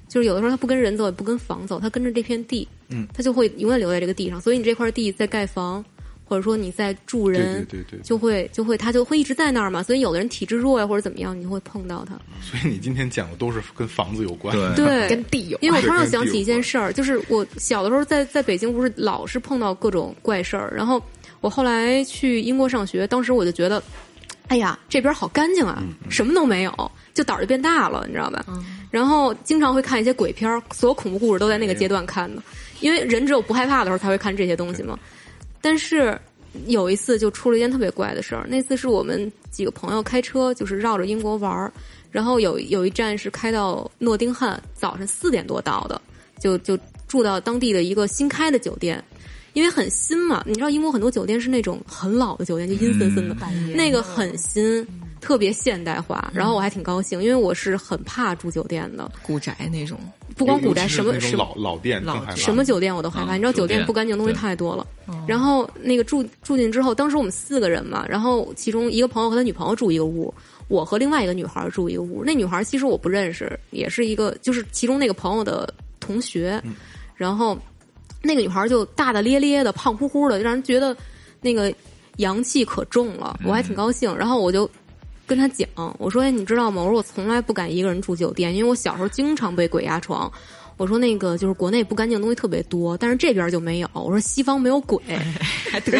Speaker 9: 就是有的时候他不跟人走，也不跟房走，他跟着这片地，嗯，他就会永远留在这个地上。所以你这块地在盖房，或者说你在住人，
Speaker 3: 对对对对
Speaker 9: 就会就会他就会一直在那儿嘛。所以有的人体质弱呀，或者怎么样，你就会碰到他。
Speaker 3: 所以你今天讲的都是跟房子有关，
Speaker 7: 对
Speaker 9: 对，
Speaker 6: 跟地有关
Speaker 9: 因为我突然想起一件事儿，就是我小的时候在在北京不是老是碰到各种怪事儿，然后我后来去英国上学，当时我就觉得，哎呀，这边好干净啊，
Speaker 6: 嗯
Speaker 9: 什么都没有，就胆儿就变大了，你知道吧？然后经常会看一些鬼片儿，所有恐怖故事都在那
Speaker 6: 哎
Speaker 9: 个阶段看的，因为人只有不害怕的时候才会看这些东西嘛。但是有一次就出了一件特别怪的事儿，那次是我们几个朋友开车，就是绕着英国玩儿，然后有有一站是开到呃诺丁汉，早上四点多到的，就就住到当地的一个新开的酒店。因为很新嘛，你知道英国很多酒店是那种很老的酒店，就阴森森的，
Speaker 3: 嗯
Speaker 9: 那个很新，特别现代化。然后我还挺高兴，因为我是很怕住酒店的，
Speaker 10: 古宅那种，
Speaker 9: 不
Speaker 3: 哎
Speaker 9: 光古宅，什么
Speaker 3: 尤其是
Speaker 9: 什
Speaker 3: 那
Speaker 9: 么
Speaker 3: 种老老店更
Speaker 10: 老
Speaker 3: 害怕，
Speaker 9: 什么酒店我都害怕，
Speaker 7: 嗯
Speaker 9: 你知道
Speaker 7: 酒
Speaker 9: 酒
Speaker 7: 店
Speaker 9: 店不干净的东西
Speaker 7: 对
Speaker 9: 太多了。然后那个住住进之后，当时我们四个人嘛，然后其中一个朋友和他女朋友住一个屋，我和另外一个女孩住一个屋。那女孩其实我不认识，也是一个就是其中那个朋友的同学，
Speaker 7: 嗯
Speaker 9: 然后那个女孩就大大咧咧的、胖乎乎的，就让人觉得那个阳气可重了，我还
Speaker 7: 嗯
Speaker 9: 挺高兴。然后我就跟他讲，我说：“哎，你知道吗？我说我从来不敢一个人住酒店，因为我小时候经常被鬼压床。我说那个就是国内不干净的东西特别多，但是这边就没有。我说西方没有鬼，
Speaker 10: 还
Speaker 9: <laughs>
Speaker 10: 得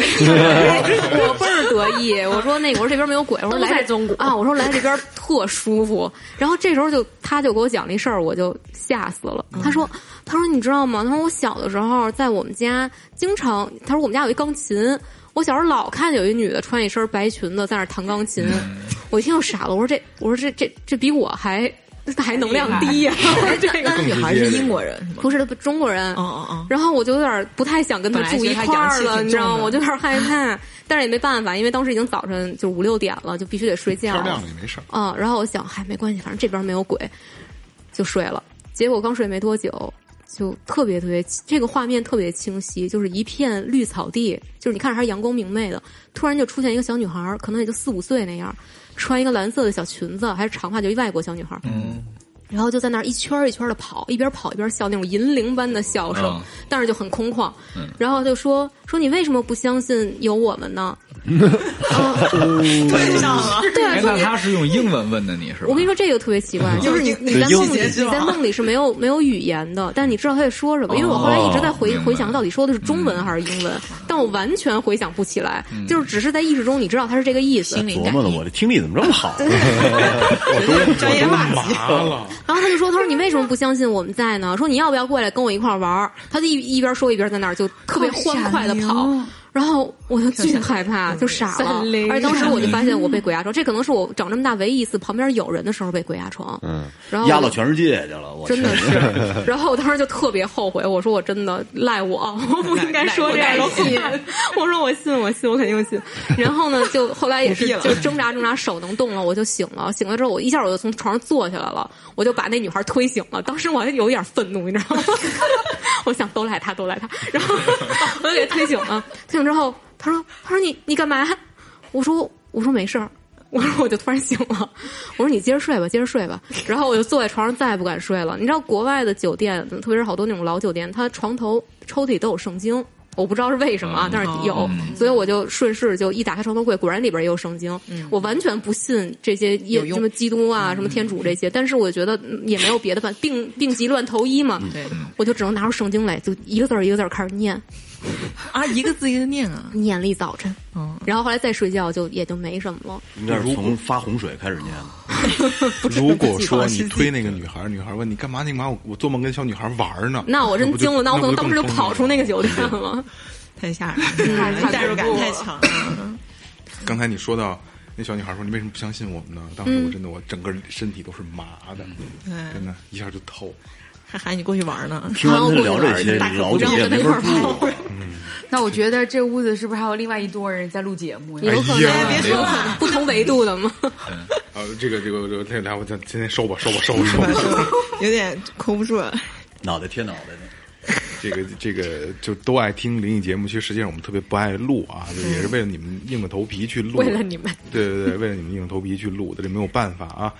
Speaker 9: 我倍儿得意。我说那个，我说这边没有鬼，我说来
Speaker 6: 都在中国
Speaker 9: 啊，我说来这边特舒服。然后这时候就他就给我讲了一事儿，我就吓死了。他说，他说你知道吗？他说我小的时候在我们家经常，他说我们家有一钢琴。我小时候老看见有一女的穿一身白裙子在那儿弹钢琴，我一听就傻了。我说这，我说这这这比我还还能量低呀、这个
Speaker 10: 那女孩是英国人是吗？
Speaker 9: 不是，不中国人。
Speaker 10: 哦哦哦，
Speaker 9: 然后我就有点不太想跟他住一块儿了，你知道吗？我就有点害怕，但是也没办法，因为当时已经早上就五六点了，就必须得睡觉
Speaker 3: 天亮了也没事儿，
Speaker 9: 啊、然后我想，嗨，没关系，反正这边没有鬼，就睡了。结果刚睡没多久，就特别特别，这个画面特别清晰，就是一片绿草地，就是你看着还是阳光明媚的，突然就出现一个小女孩儿，可能也就四五岁那样，穿一个蓝色的小裙子，还是长发，就一外国小女孩，嗯，然后就在那儿一圈儿一圈的跑，一边跑一边笑，那种银铃般的笑声，
Speaker 7: 嗯
Speaker 9: 但是就很空旷。然后就说说你为什么不相信有我们呢？哦
Speaker 10: 对上了，
Speaker 7: 哎
Speaker 6: 啊
Speaker 9: 对，特
Speaker 7: 那
Speaker 9: 别
Speaker 7: 他是用英文问的你是吧？
Speaker 9: 我跟你说，这个特别奇怪，就是你你
Speaker 5: 对
Speaker 9: 在
Speaker 5: 英
Speaker 9: 梦里，
Speaker 10: 节是
Speaker 9: 你
Speaker 10: 吧
Speaker 9: 在梦里是没有没有语言的，但你知道他在说什么。因为我后来一直在回
Speaker 7: 明白
Speaker 9: 回想，到底说的是中文还是英文，但我完全回想不起来，就是只是在意识中你知道他是这个意思。
Speaker 10: 心灵
Speaker 4: 哎琢
Speaker 10: 感
Speaker 4: 磨了，
Speaker 10: 应，
Speaker 4: 我这听力怎么这么好？ <laughs>
Speaker 10: 专业话题，
Speaker 9: 然后他就说：“他说你为什么不相信我们在呢？说你要不要过来跟我一块儿玩儿？”他就一一边说一边在那儿就特别欢快的跑。然后我就巨害怕，就傻了。
Speaker 6: 闪灵
Speaker 9: 而且当时我就发现我被鬼压床，这可能是我长这么大唯一一次旁边有人的时候被鬼压床。嗯，然后我
Speaker 4: 压到全世界去了，我
Speaker 9: 真的
Speaker 4: 去
Speaker 9: 是。然后我当时就特别后悔，我说我真的赖我， <laughs> 我不应该说这样的话。 <laughs> 我说我信，我信，我肯定信。然后呢，就后来也是
Speaker 10: 不信了
Speaker 9: 就挣扎挣扎，手能动了，我就醒了。醒了之后，我一下我就从床上坐起来了，我就把那女孩推醒了。当时我还有点愤怒，你知道吗？ <laughs> 我想都赖她，都赖她。然后 <laughs> 我就给推醒了。推醒之后，她说：“她说你你干嘛？”我说：“我说没事儿。”我说我就突然醒了，我说你接着睡吧，接着睡吧。然后我就坐在床上，再也不敢睡了。你知道国外的酒店，特别是好多那种老酒店，它床头抽屉里都有圣经，我不知道是为什么啊，但是有。所以我就顺势就一打开床头柜，果然里边也有圣经。我完全不信这些耶
Speaker 10: 嗯有用嗯
Speaker 9: 什么基督啊、什么天主这些，但是我觉得嗯也没有别的办，病病急乱投医嘛，
Speaker 10: 嗯对
Speaker 9: 我就只能拿出圣经来，就一个字儿一个字儿开始念。
Speaker 10: 啊，一个字一个念啊，
Speaker 9: 念了一早晨，
Speaker 10: 嗯
Speaker 9: 然后后来再睡觉就也就没什么了。
Speaker 4: 应该是从发洪水开始念的，
Speaker 3: 如果说
Speaker 10: 不是
Speaker 3: 你推那个女孩，女孩问你干嘛？你干嘛？我我做梦跟小女孩玩呢。
Speaker 9: 那我真
Speaker 3: 不就
Speaker 9: 惊了，那我可能
Speaker 3: 不
Speaker 9: 当时就
Speaker 3: 更疯
Speaker 9: 跑
Speaker 3: 了
Speaker 9: 出那个酒店了。
Speaker 10: <laughs>
Speaker 9: 嗯
Speaker 10: 太吓人了，
Speaker 9: 太
Speaker 10: 代入感
Speaker 9: 恐怖
Speaker 10: 太
Speaker 9: 了
Speaker 10: 强了。 <laughs>
Speaker 3: 刚才你说到那小女孩说：“你为什么不相信我们呢？”当时我真的我整个身体都是麻的，真的，一下就透。
Speaker 10: 还喊你过去玩呢，
Speaker 4: 听完他聊这
Speaker 9: <laughs>
Speaker 4: 些，老酒店没法住了。
Speaker 8: 那我觉得这屋子是不是还有另外一桌人在录节目呀？
Speaker 9: 有 <laughs> 可
Speaker 3: 哎呀
Speaker 9: 能，有可能不同维度的嘛。
Speaker 3: 啊，这个这个这个，这来我咱今天收吧收吧收吧收吧。
Speaker 10: 有点控不住了。
Speaker 4: 脑袋贴脑袋呢。
Speaker 3: 这个这个就都爱听灵异节目，其实实际上我们特别不爱录啊，就也是为了你们硬着头皮去录，
Speaker 9: 嗯为了你们，
Speaker 3: 对对对，为了你们硬着头皮去录的，这没有办法啊。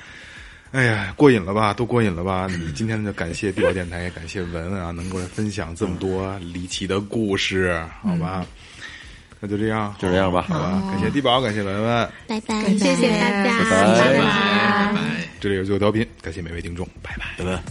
Speaker 3: 哎呀，过瘾了吧？都过瘾了吧？你今天就感谢地表电台，也感谢文文啊，能够来分享这么多离奇的故事，好
Speaker 9: 嗯
Speaker 3: 吧？那就这样，
Speaker 5: 就这样吧
Speaker 3: 好吧？感谢地宝，感谢文文，
Speaker 9: 拜拜，谢谢大家，
Speaker 5: 拜拜
Speaker 7: 拜拜。
Speaker 3: 这里是最后调频，感谢每位听众，拜拜。
Speaker 4: 对吧？